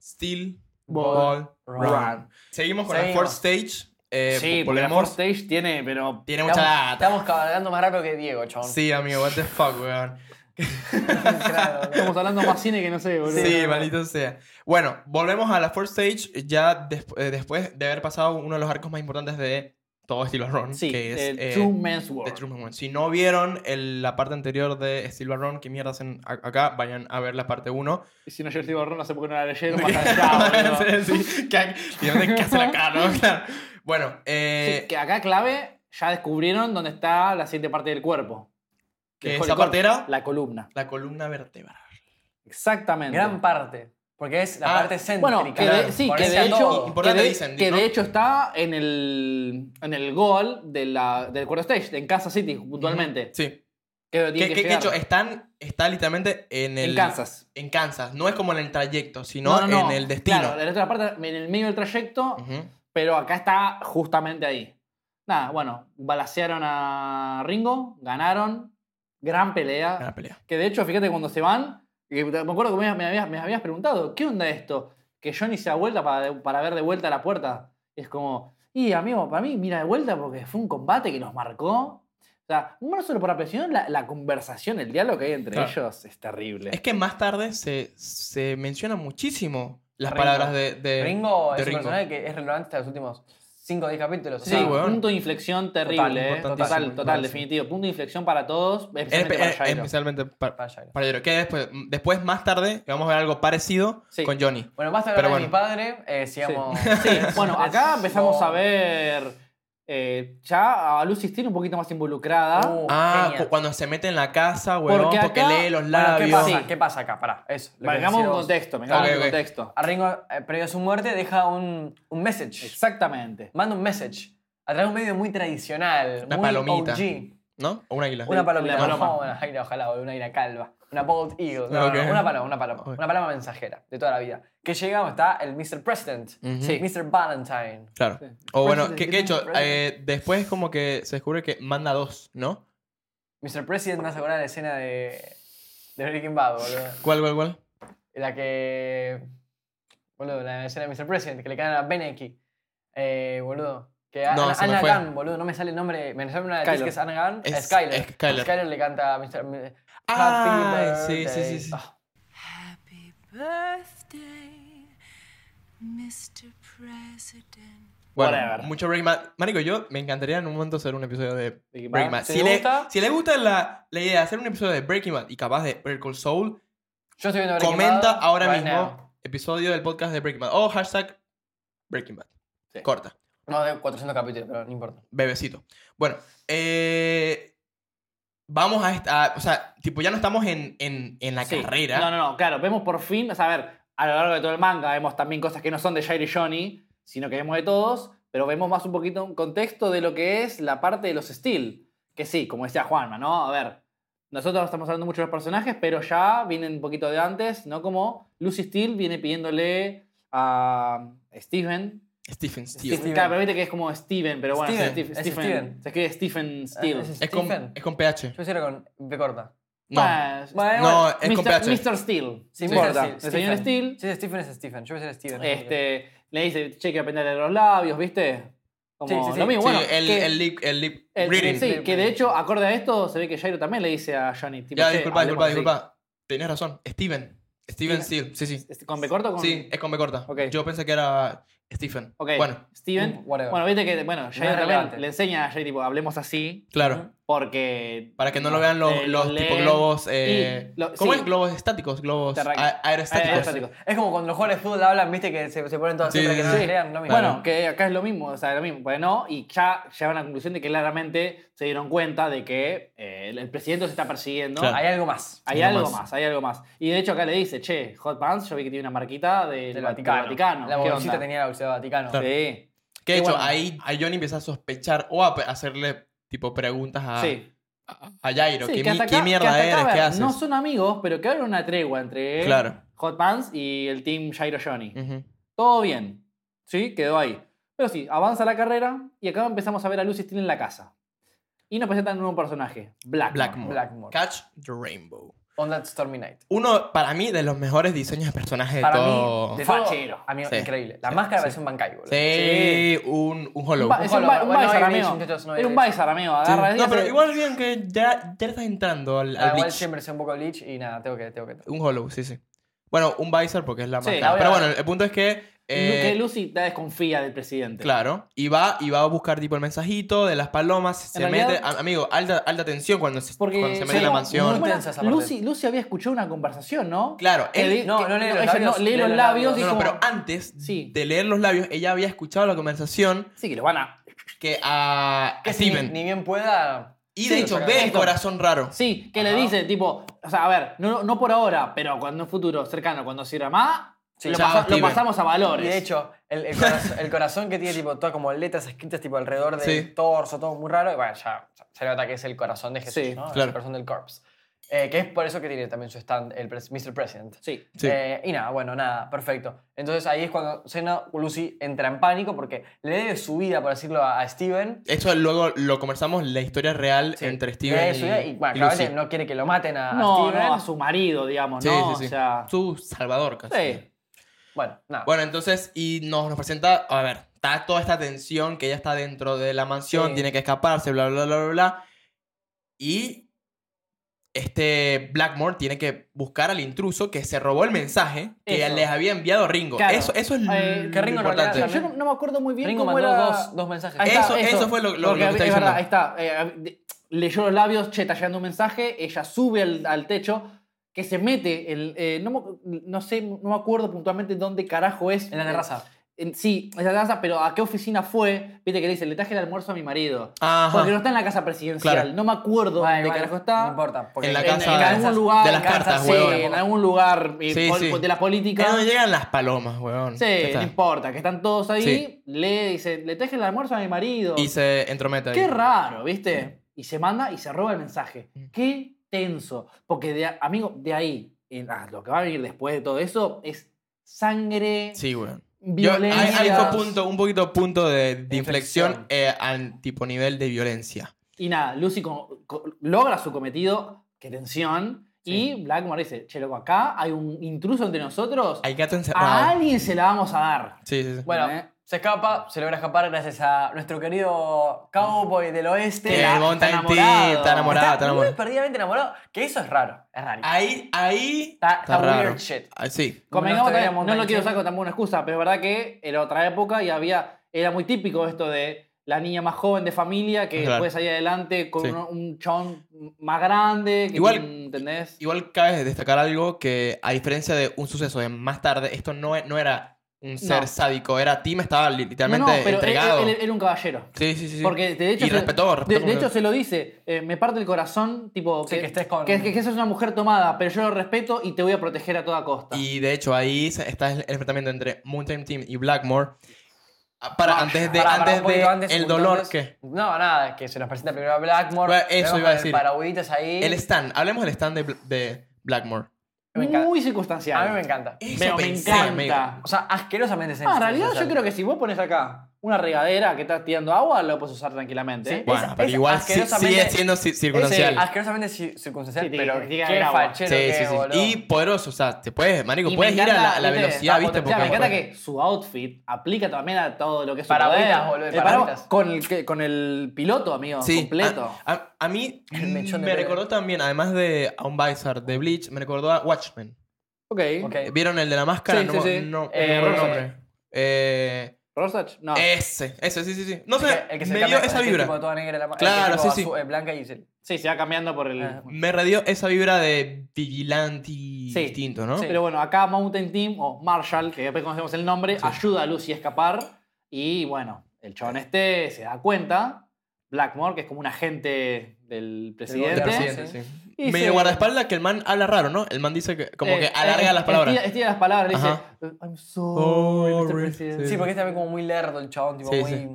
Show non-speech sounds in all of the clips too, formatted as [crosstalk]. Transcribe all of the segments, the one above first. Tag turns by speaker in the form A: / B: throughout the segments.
A: Steel.
B: Ball, run.
A: Seguimos con la
C: Seguimos.
A: fourth stage. Eh,
C: sí, porque la
A: volvemos.
C: Fourth Stage tiene, pero.
A: Tiene
C: estamos,
A: mucha data.
C: Estamos cabalgando más rápido que Diego, chabón.
A: Sí, amigo, what the fuck, weón.
C: Claro.
B: Estamos hablando más cine que no sé, boludo.
A: Sí, maldito sea. Bueno, volvemos a la fourth stage ya desp- eh, después de haber pasado uno de los arcos más importantes de todo estilo Ron,
C: Sí,
A: que es
C: el
A: eh,
C: True Man's
A: The
C: World.
A: Truman One. Si no vieron el- la parte anterior de Steel Barron, ¿qué mierda hacen a- acá? Vayan a ver la parte 1.
B: Y Si no, yo estoy borrón, no sé por qué no la
A: [laughs]
B: leyeron. Más allá, boludo.
A: sí, que, que- que hacen acá, ¿no? Claro. Bueno, eh,
B: Sí, que acá clave ya descubrieron dónde está la siguiente parte del cuerpo.
A: que
B: Dejó el
A: esa
B: cuerpo,
A: parte era
B: La columna.
A: la columna vertebral.
B: Exactamente.
C: Gran parte. Porque es la
A: Ah,
C: parte céntrica.
B: Bueno, que
A: Claro.
B: de, sí, que
C: Parece
B: de
C: a
B: hecho,
C: todo.
B: que
A: Importante
B: de,
A: dicen,
B: que
A: ¿no?
B: de hecho está en el, en el gol de la, del cuarto stage, en Kansas City, puntualmente.
A: Sí.
B: Que lo
A: Que,
B: tiene
A: que-
B: que
A: que
B: llegar.
A: hecho, están, está literalmente en el...
B: en Kansas.
A: en Kansas. No es como en el trayecto, sino en el destino.
B: Claro, en la otra parte, en el medio del trayecto,
A: Ujú.
B: pero acá está justamente ahí. Nada, bueno, balacearon a Ringo, ganaron, gran pelea.
A: Gran pelea.
B: Que de hecho, fíjate, cuando se van, que me acuerdo que me, me habías, me habías preguntado, ¿qué onda esto? Que Johnny se da vuelta para, para ver de vuelta la puerta. Y es como, y amigo, para mí, mira de vuelta porque fue un combate que los marcó. O sea, no solo por la presión, la, la conversación, el diálogo que hay entre
A: Claro.
B: ellos es terrible.
A: Es que más tarde se, se menciona muchísimo las
C: Ringo.
A: palabras de, de-
C: Ringo
A: de
C: es un personaje que es relevante hasta los últimos 5 o 10 capítulos.
B: Sí,
C: O sea,
A: bueno. weón.
B: punto de inflexión
C: Total,
B: terrible, eh. total,
C: importantísimo,
B: total,
A: importantísimo.
B: definitivo. Punto de inflexión para todos, especialmente
A: Espe-
B: para
A: eh,
B: Jairo.
A: especialmente para,
C: para allá.
A: para Jairo. Que después, después, más tarde, vamos a ver algo parecido
B: Sí.
A: con Johnny.
C: Bueno, más
A: Pero
C: tarde de
A: bueno.
C: mi padre, eh, sigamos.
B: Sí,
C: [laughs]
B: bueno, acá empezamos a ver eh, ya a Lucy Steele un poquito más involucrada.
C: Uh,
A: Ah,
C: genial.
A: cu- cuando se mete en la casa, huevón, porque,
B: Porque acá-
A: lee los
C: Bueno, ¿qué
A: labios.
C: pasa? ¿Qué pasa acá? Pará, eso. lo que
B: Vengamos un
C: decías vos.
B: contexto, vengamos
A: Ok,
B: un
A: ok.
B: contexto.
C: A Ringo, eh, previo a su muerte, deja un, un message.
B: Exactamente.
C: Manda un message. A través de un medio muy tradicional.
A: Una
C: muy
A: palomita.
C: OG.
A: ¿No? O un águila.
C: Una palomita.
B: La paloma.
C: No, una águila, ojalá, o una águila calva. Una bald eagle. No, no, no,
A: Ok.
C: una paloma, una paloma.
A: Ok.
C: Una paloma mensajera de toda la vida. Que llega donde está el Mr. President.
A: Ujú.
B: Sí.
C: Mr. Valentine.
A: Claro.
B: Sí.
A: O bueno,
C: President,
A: ¿qué, qué he hecho?
C: President.
A: Eh, después como que se descubre que manda dos, ¿no?
C: Mr. President me hace acordar la escena de, de Breaking Bad, boludo.
A: ¿Cuál, cuál, cuál?
C: La que. Boludo, la escena de Mr. President, que le caen a Beneki. Eh, boludo. Que a-
A: No,
C: Ana,
A: se me
C: Ana
A: fue.
C: Gunn, boludo, no me sale el nombre. Me sale una de las
B: Skyler.
C: que es Ana Gunn.
A: Es-
C: Skyler.
A: es Skyler.
C: Skyler le canta a Mr. Happy
A: Ah, sí,
C: Birthday.
A: sí, sí, sí.
C: Ah,
D: Happy birthday, Mr. President.
A: Bueno,
B: Whatever.
A: mucho Breaking Bad. Marico, yo me encantaría en un momento hacer un episodio de
B: Breaking
A: Breaking
B: Bad.
A: Bad.
C: ¿Te
A: Si, le,
C: gusta?
A: si le gusta la, la idea de hacer un episodio de Breaking Bad y capaz de Better Call Soul,
C: yo estoy viendo Breaking
A: comenta
C: Bad
A: ahora
C: right
A: mismo
C: now.
A: episodio del podcast de Breaking Bad. O hashtag Breaking Bad.
B: Sí.
A: Corta.
C: No, de 400 capítulos, pero no importa. Eh,
A: Bebecito. Bueno, eh, vamos a, esta- a- O sea, tipo, ya no estamos en, en, en la
B: Sí.
A: carrera.
B: No, no, no, claro, vemos por fin, o sea, a ver, a lo largo de todo el manga vemos también cosas que no son de Jair y Johnny, sino que vemos de todos, pero vemos más un poquito un contexto de lo que es la parte de los Steel, que sí, como decía Juanma, ¿no? A ver, nosotros estamos hablando mucho de los personajes, pero ya vienen un poquito de antes, ¿no? Como Lucy Steele viene pidiéndole a Steven,
A: Stephen
B: Steve-
A: Steele.
C: Steven.
B: Claro, permite que es como Steven, pero bueno,
C: Steven,
B: Steve-
C: es
B: Stephen,
C: Steven.
B: se escribe Stephen Ah, Steele.
C: Ah, ese es-
A: Es con,
C: Stephen.
A: es con PH.
C: Yo hiciera con B corta.
A: No.
B: Bueno,
C: Bueno,
A: No, es con
B: Mr.
A: PH.
B: Mr. Steele.
C: Sí,
B: no
C: Mr.
B: importa.
C: Steele,
B: El señor Steele
C: Sí, Stephen es Stephen. Yo voy a ser Steven.
B: este, le dice, che, que aprender los labios, ¿viste? Como
C: Sí, sí, sí.
B: lo mismo.
A: Sí,
B: bueno,
A: el,
B: que,
A: el lip, el lip
B: el-
A: reading.
B: sí, que de hecho, acorde a esto, se ve que Jairo también le dice a Johnny. Tipo,
A: ya,
B: "Che,
A: disculpa,
B: hablemos
A: disculpa,
B: así".
A: disculpa. Tenías razón. Steven. Steven Steele. Sí, sí.
B: Este, ¿Con B corto o con...?
A: Sí, es con B corta.
B: Ok.
A: Yo pensé que era Stephen.
B: Ok,
A: Bueno,
B: Steven.
C: Uh, Whatever.
B: Bueno, viste que, bueno, Jairo
C: relevante.
B: también le enseña a Jairo, tipo, hablemos así,
A: claro.
B: porque...
A: Para que no lo vean los,
B: Eh,
A: los
B: lo
A: tipo
B: leen
A: globos. Eh,
B: y lo-
A: ¿Cómo
B: sí.
A: es? Globos estáticos, globos
B: Terráqueos.
A: a- aerostáticos.
B: Aerostáticos.
C: Es como cuando los jugadores de fútbol hablan, viste, que se, se ponen todas
A: Sí,
C: así para
A: sí,
C: que no
A: sí.
C: les lean lo mismo.
A: Claro.
B: Bueno, que acá es lo mismo, o sea, lo mismo, pues no, y ya llegaron a la conclusión de que claramente se dieron cuenta de que eh, el, el presidente se está persiguiendo,
A: Claro.
C: hay algo más.
B: Hay
A: Nada
B: algo
A: más.
B: más. hay algo más. Y de hecho acá le dice, che, Hot Pants, yo vi que tiene una marquita del,
C: Del
B: Va-
C: Vaticano.
B: del Vaticano.
C: La
B: ¿Qué
C: bolsita
B: onda?
C: tenía la bolsita del Vaticano.
A: Claro.
B: Sí.
A: Que de
B: Qué
A: hecho,
B: bueno.
A: ahí a Johnny empieza a sospechar o a pe- hacerle tipo preguntas a,
B: sí.
A: a Jairo.
B: Sí,
A: Ah. ¿Qué, mi-
B: que hasta
A: qué
B: acá- que
A: mierda
B: hasta acá,
A: eres?
B: a ver,
A: ¿Qué haces?
B: No son amigos, pero que habrá una tregua entre
A: Claro. Mm.
B: Hot Pants y el team Jairo Johnny.
A: Ujú.
B: Todo bien. Sí, quedó ahí. Pero sí, avanza la carrera y acá empezamos a ver a Lucy Steele en la casa. Y nos presentan un nuevo personaje, Black.
A: Blackmore.
C: Blackmore.
A: Catch the Rainbow.
C: On That Stormy Night.
A: Uno, para mí, de los mejores diseños de personajes de
C: Para
A: todo.
C: mí, de
B: Fachero.
C: todo, amigo,
A: Sí,
C: increíble. La
A: sí,
C: máscara
A: sí.
C: parece un bancay, boludo.
A: Sí, un, un hollow.
B: Es un, ba-
C: Bueno,
B: un
C: no hay
B: Bizarre,
C: bridge,
B: amigo.
C: muchachos, no hay
B: Era un
C: bridge.
B: Bizarre, amigo.
A: Sí.
B: Agarra y
A: No, pero
B: hace-
A: igual bien que ya, ya estás entrando al, al
C: Ah, igual
A: beach.
C: siempre sea un poco Bleach y nada, tengo que... Tengo que
A: Un hollow, sí, sí. Bueno, un visor porque es la
B: Sí,
A: máscara.
B: la voy a-
A: pero bueno, el punto es que... eh,
B: que Lucy ya desconfía del presidente.
A: Claro, y va, y va a buscar tipo el mensajito de las palomas, se
B: En
A: mete,
B: realidad-
A: a- amigo, alta, alta tensión cuando se,
B: Porque
A: cuando se mete
B: sí,
A: en la
B: no,
A: mansión.
B: muy buena-
C: Tensa esa parte.
B: Lucy, Lucy había escuchado una conversación, ¿no?
A: Claro,
B: Que
A: él-
B: di-
C: no,
B: que-
C: no lee los
B: ella
C: labios, "Ah".
B: no, lee los labios. y
A: no, no,
B: como-
A: pero antes
B: Sí.
A: de leer los labios, ella había escuchado la conversación
B: Sí, que lo van a.
A: que a,
C: que
A: a
C: si
A: Steven.
C: ni bien pueda...
A: y de
C: sí,
A: hecho,
C: lo
A: ve el
C: saca.
A: corazón raro.
B: Sí, que le
C: Ajá.
B: dice, tipo, o sea, a ver, no, no por ahora, pero cuando en futuro cercano, cuando se irá más,
C: Sí,
B: lo,
A: chao,
B: pasa- lo
A: Steven.
B: pasamos a valores.
C: Y de hecho, el, el corazón, el corazón que tiene tipo todas como letras escritas tipo alrededor del
A: Sí.
C: torso, todo muy raro, y bueno, ya se nota que es el corazón de Jesús,
B: Sí,
C: ¿no?
A: claro.
C: El corazón del corpse. Eh, que es por eso que tiene también su stand, el pres- Mr. President.
B: Sí.
A: Sí.
C: Eh, y nada, bueno, nada, perfecto. Entonces ahí es cuando Sena, Lucy entra en pánico porque le debe su vida, por decirlo, a, a Steven.
A: Eso luego lo conversamos, la historia real
C: Sí,
A: entre
C: le
A: Steven
C: debe su vida y,
A: y,
C: bueno,
A: y
C: claramente
A: Lucy.
C: no quiere que lo maten a, a
B: No,
C: Steven.
B: no, a su marido, digamos,
A: Sí,
B: ¿no?
A: sí, sí.
B: O sea.
A: Su salvador, casi.
B: Sí.
C: Bueno, nada.
A: Ah. Bueno, entonces, y nos, nos presenta, a ver, está toda esta tensión que ella está dentro de la mansión,
C: Sí.
A: tiene que escaparse, bla, bla, bla, bla, bla. Y este Blackmore tiene que buscar al intruso que se robó el mensaje que
B: Eso.
A: les había enviado Ringo.
B: Claro.
A: Eso, eso es
B: Eh,
A: lo
C: Mm. que Ringo en realidad
A: importante.
B: Pero yo no, no me acuerdo muy bien
C: Ringo
B: cómo
C: mandó
B: era.
C: dos, dos mensajes.
B: Ahí
A: Eso-
B: está,
A: eso fue lo- lo-
B: Porque
A: lo que está
B: es verdad, ahí
A: diciendo.
B: está. eh, de- leyó los labios, che, está llegando un mensaje, ella sube al, al techo, que se mete, el, eh, no, me- no sé, no me acuerdo puntualmente dónde carajo es. Eh,
C: En la terraza.
B: En- sí, en la terraza, pero ¿a qué oficina fue? Viste que le dice, le traje el almuerzo a mi marido.
A: Ajá.
B: Porque no está en la casa presidencial,
A: Claro.
B: no me acuerdo
C: Vale,
B: dónde
C: vale,
B: carajo está.
C: No importa. Porque
A: En la
B: En,
A: casa
B: en algún
A: de-
B: lugar.
A: de las
B: en Kansas,
A: cartas,
B: sí,
A: huevón.
B: en algún lugar eh,
A: Sí,
B: pol-
A: sí.
B: de la política.
A: Es donde llegan las palomas, weón.
B: Sí,
A: Ya está.
B: no importa, que están todos ahí.
A: Sí.
B: Le dice, le traje el almuerzo a mi marido.
A: Y se entromete ahí.
B: Qué raro, ¿viste? Y se manda y se roba el mensaje.
A: Mm.
B: Qué tenso. Porque, de, a- amigo, de ahí, en- ah, lo que va a venir después de todo eso es sangre,
A: Sí, weón. Yo- ahí,
B: violencia.
A: ahí fue punto, un poquito punto de, de inflexión
C: Inflexión.
A: eh, al tipo nivel de violencia.
B: Y nada, Lucy co- co- logra su cometido, qué tensión. Y Blackmore dice, che, loco, acá hay un intruso entre nosotros.
A: Hay gato
B: a
A: encerrado.
B: alguien se la vamos a dar.
A: Sí, sí, sí.
C: Bueno,
B: ¿Eh?
C: se escapa, se logra escapar gracias a nuestro querido cowboy del oeste.
A: Que
B: la-
A: el
B: está
A: Mountain Tip,
B: enamorado.
A: está enamorado, está
C: muy
A: enamorado.
C: perdidamente enamorado, que eso es raro, es raro.
A: Ahí, ahí.
C: Está- está weird
A: raro.
C: shit.
A: Ah, sí.
C: Bueno,
B: Convengamos
C: estaríamos
B: que no lo
C: manchando.
B: quiero usar como tampoco una excusa, pero es verdad que era otra época y había era muy típico esto de la niña más joven de familia que
A: Claro.
B: puede salir adelante con
A: Sí.
B: uno- un chabón más grande. Que
A: Igual-
B: tiene un- ¿Entendés?
A: Igual cabe destacar algo que, a diferencia de un suceso de más tarde, esto no, e- no era un ser
B: No.
A: sádico, era Tim estaba li- literalmente
B: no, no, pero él,
A: entregado.
B: él- él era un caballero.
A: sí, sí, sí, sí.
B: Porque de hecho.
A: y
B: se-
A: respetó,
B: de-
A: respetó
B: de,
A: como
B: hecho
A: que-
B: se lo dice, eh, me parte el corazón, tipo.
C: Sí, que estés con-
B: Que, que- que sos una mujer tomada, pero yo lo respeto y te voy a proteger a toda costa.
A: Y de hecho ahí se- está el el enfrentamiento entre Mountain Team y Blackmore. Ah, Para,
C: Vaya,
A: antes de,
C: pará, pará,
A: antes
C: un poquito
A: de
C: antes,
A: el
C: un poquito
A: dolor
C: antes.
A: que...
C: No, nada, que se nos presenta primero a Blackmore.
A: Bueno, eso
C: vemos
A: iba a
C: el
A: decir.
C: Parauditas ahí.
A: El stand, hablemos del stand de, Bl- de Blackmore.
C: me encanta.
B: Muy
C: A
B: circunstancial.
C: mí me encanta.
A: Eso
B: Pero me
A: pensé, amigo.
B: encanta.
C: O sea, asquerosamente
B: Ah,
C: sensual.
B: en realidad yo creo que si vos pones acá una regadera que está tirando agua, lo puedes usar tranquilamente.
C: Sí.
B: ¿eh?
A: Bueno,
C: Es-
A: pero
C: es
A: igual sí- sigue
C: asquerosamente-
A: siendo ci- circunstancial.
C: Sí, asquerosamente ci- circunstancial,
B: Sí, tiene
C: pero
B: que- tiene que
C: qué
B: haber agua.
C: fachero que
A: Sí, sí,
C: es,
A: sí.
C: boludo.
A: Y poderoso, o sea, te puedes, marico,
B: Y me
A: puedes ir a la-
B: encanta,
A: a la,
B: ¿viste?
A: velocidad,
B: La
A: ¿viste?
B: potencia,
A: Porque-
B: me encanta que su outfit aplica también a todo lo que es su
C: Paragüitas,
B: poder.
C: boludo,
B: El
C: paragüitas.
B: paragüitas. con el que- con el piloto, amigo,
A: Sí, Ah.
B: completo.
A: A, a- a mí
C: El mechón de
A: me
C: pelo.
A: recordó también, además de a un Bizar de Bleach, me recordó a Watchmen.
B: ok.
C: Ok.
A: ¿Vieron el de la máscara?
B: Sí,
A: no,
B: sí,
A: me-
B: sí.
A: no-
C: Eh,
A: no me acuerdo el nombre. Eh,
B: Rorschach, no.
A: Ese, ese, sí, sí, sí. No sé,
C: El que se
A: me dio
C: cambia con
A: esa
C: este tipo
A: vibra.
C: toda negra en la ma- el que
A: Claro,
C: es tipo
A: sí, sí.
C: azul- eh, Blanca y se-
B: Sí, se va cambiando por el.
C: Ah.
A: Me radió esa vibra de vigilante distinto, ¿no?
B: Sí. Pero bueno, acá Mountain Team o Marshall, que después conocemos el nombre, ayuda a Lucy a escapar. Y bueno, el chabón este se da cuenta. Blackmore, que es como un agente del presidente.
A: El
C: presidente.
A: presidente, sí.
B: Y
A: Medio
B: se-
A: guardaespaldas que el man habla raro, ¿no? El man dice que como
B: Eh,
A: que alarga
B: eh,
A: las palabras.
B: Estira, estira las palabras,
A: Ajá.
B: le dice, I'm sorry, Mr.
A: Sorry,
B: President".
A: Sí.
C: Sí, porque es también como muy lerdo el chabón, tipo
A: Sí,
C: muy
A: sí.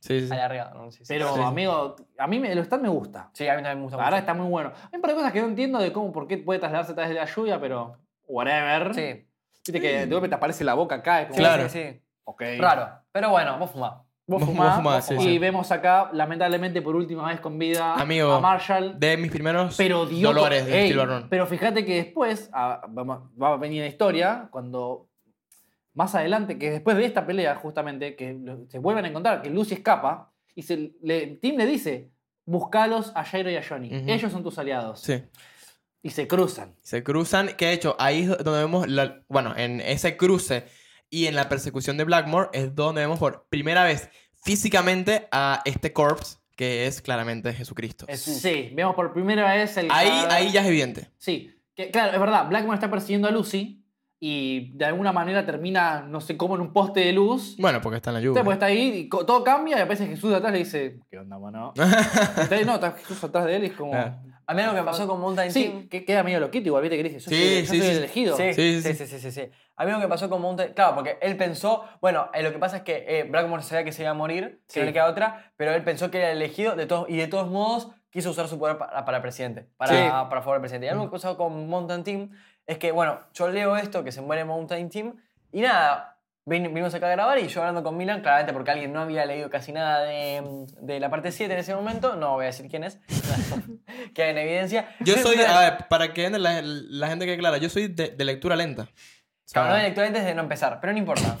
A: Sí, sí, sí.
C: alargado. ¿no? Sí, sí.
B: Pero,
A: Sí.
B: amigo, a mí me- lo stand me gusta.
C: Sí, a mí también me gusta
B: La verdad
C: mucho.
B: está muy bueno. Hay un par de cosas que no entiendo de cómo, por qué puede trasladarse a través de la lluvia, pero whatever.
C: Sí,
B: Viste que de golpe te aparece la boca acá. Es como,
A: Claro.
C: sí, sí, sí.
B: ok.
C: Raro. Pero bueno, vos fumá.
B: Vos
A: Vos-
B: fumá,
A: vos fumá,
B: vos
A: sí,
B: fumá.
A: sí.
B: Y vemos acá, lamentablemente, por última vez con vida
A: Amigo,
B: a Marshall.
A: De mis primeros
B: pero dio
A: dolores de
B: Ey,
A: Steve Barron.
B: Pero fíjate que después ah, vamos- va a venir la historia cuando más adelante, que después de esta pelea justamente, que lo- se vuelven a encontrar, que Lucy escapa y se, le- Tim le dice, buscalos a Jairo y a Johnny,
A: Ujú.
B: ellos son tus aliados.
A: Sí.
B: Y se cruzan.
A: Se cruzan, que de hecho ahí es donde vemos, la- bueno, en ese cruce y en la persecución de Blackmore es donde vemos por primera vez físicamente a este corpse que es claramente Jesucristo.
C: Jesús.
B: Sí, vemos por primera vez el...
A: Ahí,
B: cadáver.
A: ahí ya es evidente.
B: Sí, que, claro, es verdad, Blackmore está persiguiendo a Lucy y de alguna manera termina, no sé cómo, en un poste de luz.
A: Bueno, porque está en la lluvia.
B: Entonces, pues está ahí, y co- todo cambia y aparece Jesús de atrás y le dice, ¿qué onda,
A: [laughs]
B: mano? Y está ahí, no, está Jesús atrás de él y es como...
A: Ah.
C: A mí lo que me pasó con Mountain
B: Sí,
C: Team.
B: que queda medio loquito igual, viste que le dije, yo
A: Sí,
B: soy, yo
A: sí,
B: soy
A: sí,
B: el elegido.
C: Sí,
A: Sí,
C: sí,
A: sí.
C: sí, sí, sí, sí. A mí lo que pasó con Mountain... Claro, porque él pensó... Bueno, eh, lo que pasa es que eh, Blackmore sabía que se iba a morir, que
B: Sí.
C: no le queda otra, pero él pensó que era el elegido de todos, y de todos modos quiso usar su poder ah, para, para presidente, para, ah,
B: Sí.
C: para favor del presidente. Y algo que pasó con Mountain Team es que, bueno, yo leo esto, que se muere Mountain Team, y nada, vin- vinimos acá a grabar y yo hablando con Milan, claramente porque alguien no había leído casi nada de, de la parte 7 en ese momento, no voy a decir quién es, [laughs] queda en evidencia.
A: Yo
C: [laughs]
A: soy,
C: Una-
A: a ver, para que la, la gente que clara, yo soy de, de lectura lenta. O sea,
C: Claro, no directamente desde no empezar, pero no importa.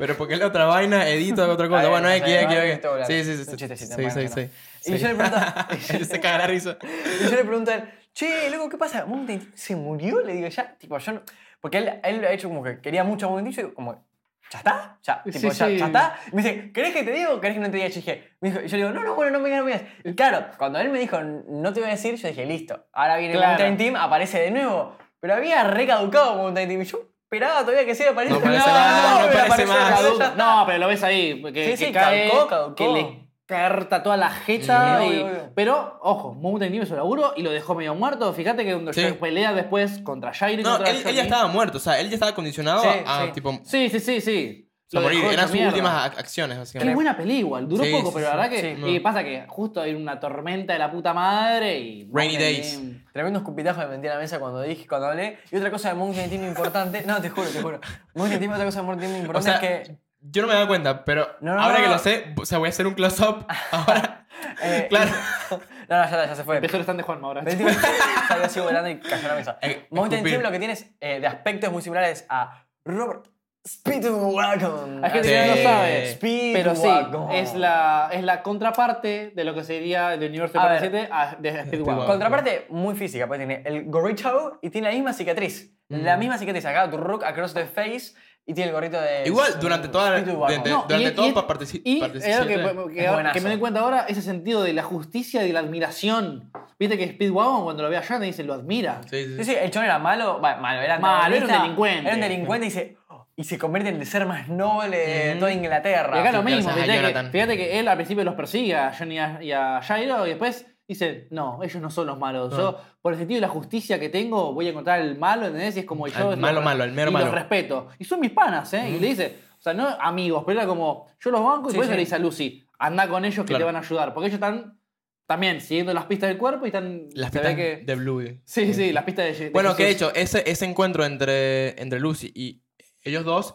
A: Pero porque es la otra vaina, edito hago
C: [laughs]
A: otra cosa.
C: Ay,
A: Bueno,
C: no
A: aquí,
C: sé,
A: aquí,
C: no,
A: aquí.
C: esto, claro.
A: Sí, sí, sí.
C: Un chistecito,
A: Sí,
C: bueno,
A: sí,
C: que
A: sí.
C: no. Y yo le preguntaba-
A: Él [laughs] se caga la
C: [laughs]
A: risa.
C: Y
B: [laughs]
C: yo le pregunto a él, che, loco, ¿qué pasa? ¿Mountain Dew se murió? Le digo, ya, tipo, yo no... Porque él, él lo ha hecho como que quería mucho a Mountain Dew, yo digo, como, ¿ya está? ¿Ya,
B: Sí,
C: tipo, ya,
B: sí.
C: ya está? Y me dice, ¿querés que te diga o querés que no te diga? Yo dije, me dijo- y yo le digo, no, no, bueno, no me digas, no me digas. Y claro, cuando él me dijo, no te voy a decir, yo dije, listo. Ahora viene
B: Claro.
C: Mountain Team, aparece de nuevo. Pero había recaducado Mountain Team y yo esperaba todavía que sí apareciera.
A: No
C: [laughs]
A: aparece más, no
C: me
A: aparece
C: apareció
A: más.
C: la caduca.
B: No, pero lo ves ahí, que,
C: Ah, Sí,
B: que
C: sí,
B: cae,
C: calcó, calcó.
B: que le carta toda la jeta.
C: Sí,
B: y-
C: obvio, obvio.
B: Pero, ojo, Mountain Dew hizo laburo y lo dejó medio muerto. Fíjate que cuando
A: Sí.
B: ya pelea después contra Jairo y
A: No,
B: contra
A: él, él
B: Johnny-
A: ya estaba muerto, o sea, él ya estaba condicionado
C: Sí,
A: a,
C: sí.
A: tipo
B: Sí, sí, sí, sí.
A: a
B: Lo
A: morir.
B: dejó hecho
A: Eran sus
B: mierda.
A: últimas ac- acciones,
B: Qué
A: básicamente.
B: buena pelea igual, duró
A: Sí,
B: poco,
A: sí,
B: pero
A: sí.
B: la verdad que...
C: Sí,
B: y pasa que justo hay una tormenta de la puta madre y...
A: Rainy
B: Mountain
A: days.
B: Dew-
C: Tremendo escupitajo me metí a la mesa cuando dije, cuando hablé. Y otra cosa de Mountain Team importante. No, te juro, te juro. Mountain Team, otra cosa de Mountain Team
A: O
C: importante
A: sea,
C: es que.
A: yo no me daba cuenta, pero
C: No, no,
A: ahora
C: no,
A: que
C: no.
A: lo sé, o sea, voy a hacer un close-up ahora.
C: eh,
A: claro.
C: No, no, ya, está, ya se fue.
B: Empezó el stand de Juanma ahora.
C: Mountain Team [laughs] salió así volando y cayó a la mesa.
A: Eh,
C: Mountain
A: escupí.
C: Team lo que tienes eh, de aspectos muy similares a Robert Speedwagon.
B: Hay gente
A: Sí.
B: que no lo sabe,
C: Speedwagon.
B: pero sí, es la, es la contraparte de lo que sería el universo
C: A
B: de
C: ver.
B: 7 a, de Speedwagon.
A: Speedwagon.
C: Contraparte muy física, porque tiene el gorrito y tiene la misma cicatriz.
A: Mm.
C: La misma cicatriz acá, Turruk, across the face, y tiene el gorrito de.
A: Igual, durante toda la-
C: Speedwagon.
A: de- de-
B: No,
A: Durante todo,
B: es-
A: pa' partici-
B: y es
A: participar.
B: algo que, que-
C: Es buenazo.
B: que me doy cuenta ahora, ese sentido de la justicia y de la admiración. Viste que Speedwagon cuando lo ve a Johnny dice, lo admira.
A: Sí, sí,
C: Sí,
A: sí.
C: sí, el chon era malo, bueno, malo, era
B: Malo, era un
C: antagonista,
B: delincuente.
C: Era un delincuente y se, y se convierte en el ser más noble de
A: Mm.
C: toda
B: Y
C: Inglaterra.
B: acá
A: Sí,
B: lo
A: gracias
B: mismo,
A: a
B: fíjate que,
A: Ah, Jonathan.
B: fíjate que él al principio los persigue a Johnny y a- y a Jairo y después dice, no, ellos no son los malos. Yo,
A: Ah.
B: por el sentido de la justicia que tengo, voy a encontrar el malo, ¿entendés? Y es como yo...
A: Al malo, malo, al mero
B: y
A: malo.
B: los respeto. Y son mis panas, ¿eh? Y le dice, o sea, no amigos, pero era como, yo los banco y
C: Sí,
B: por eso
C: sí.
B: le dice a Lucy, anda con ellos que
A: Claro.
B: te van a ayudar. Porque ellos están también siguiendo las pistas del cuerpo y están...
A: Las
B: se ve
A: pistas
B: que-
A: de Blue. eh.
B: Sí, sí, las pistas de... de
A: Bueno,
B: Jesús.
A: que de hecho, ese, ese encuentro entre, entre Lucy y ellos dos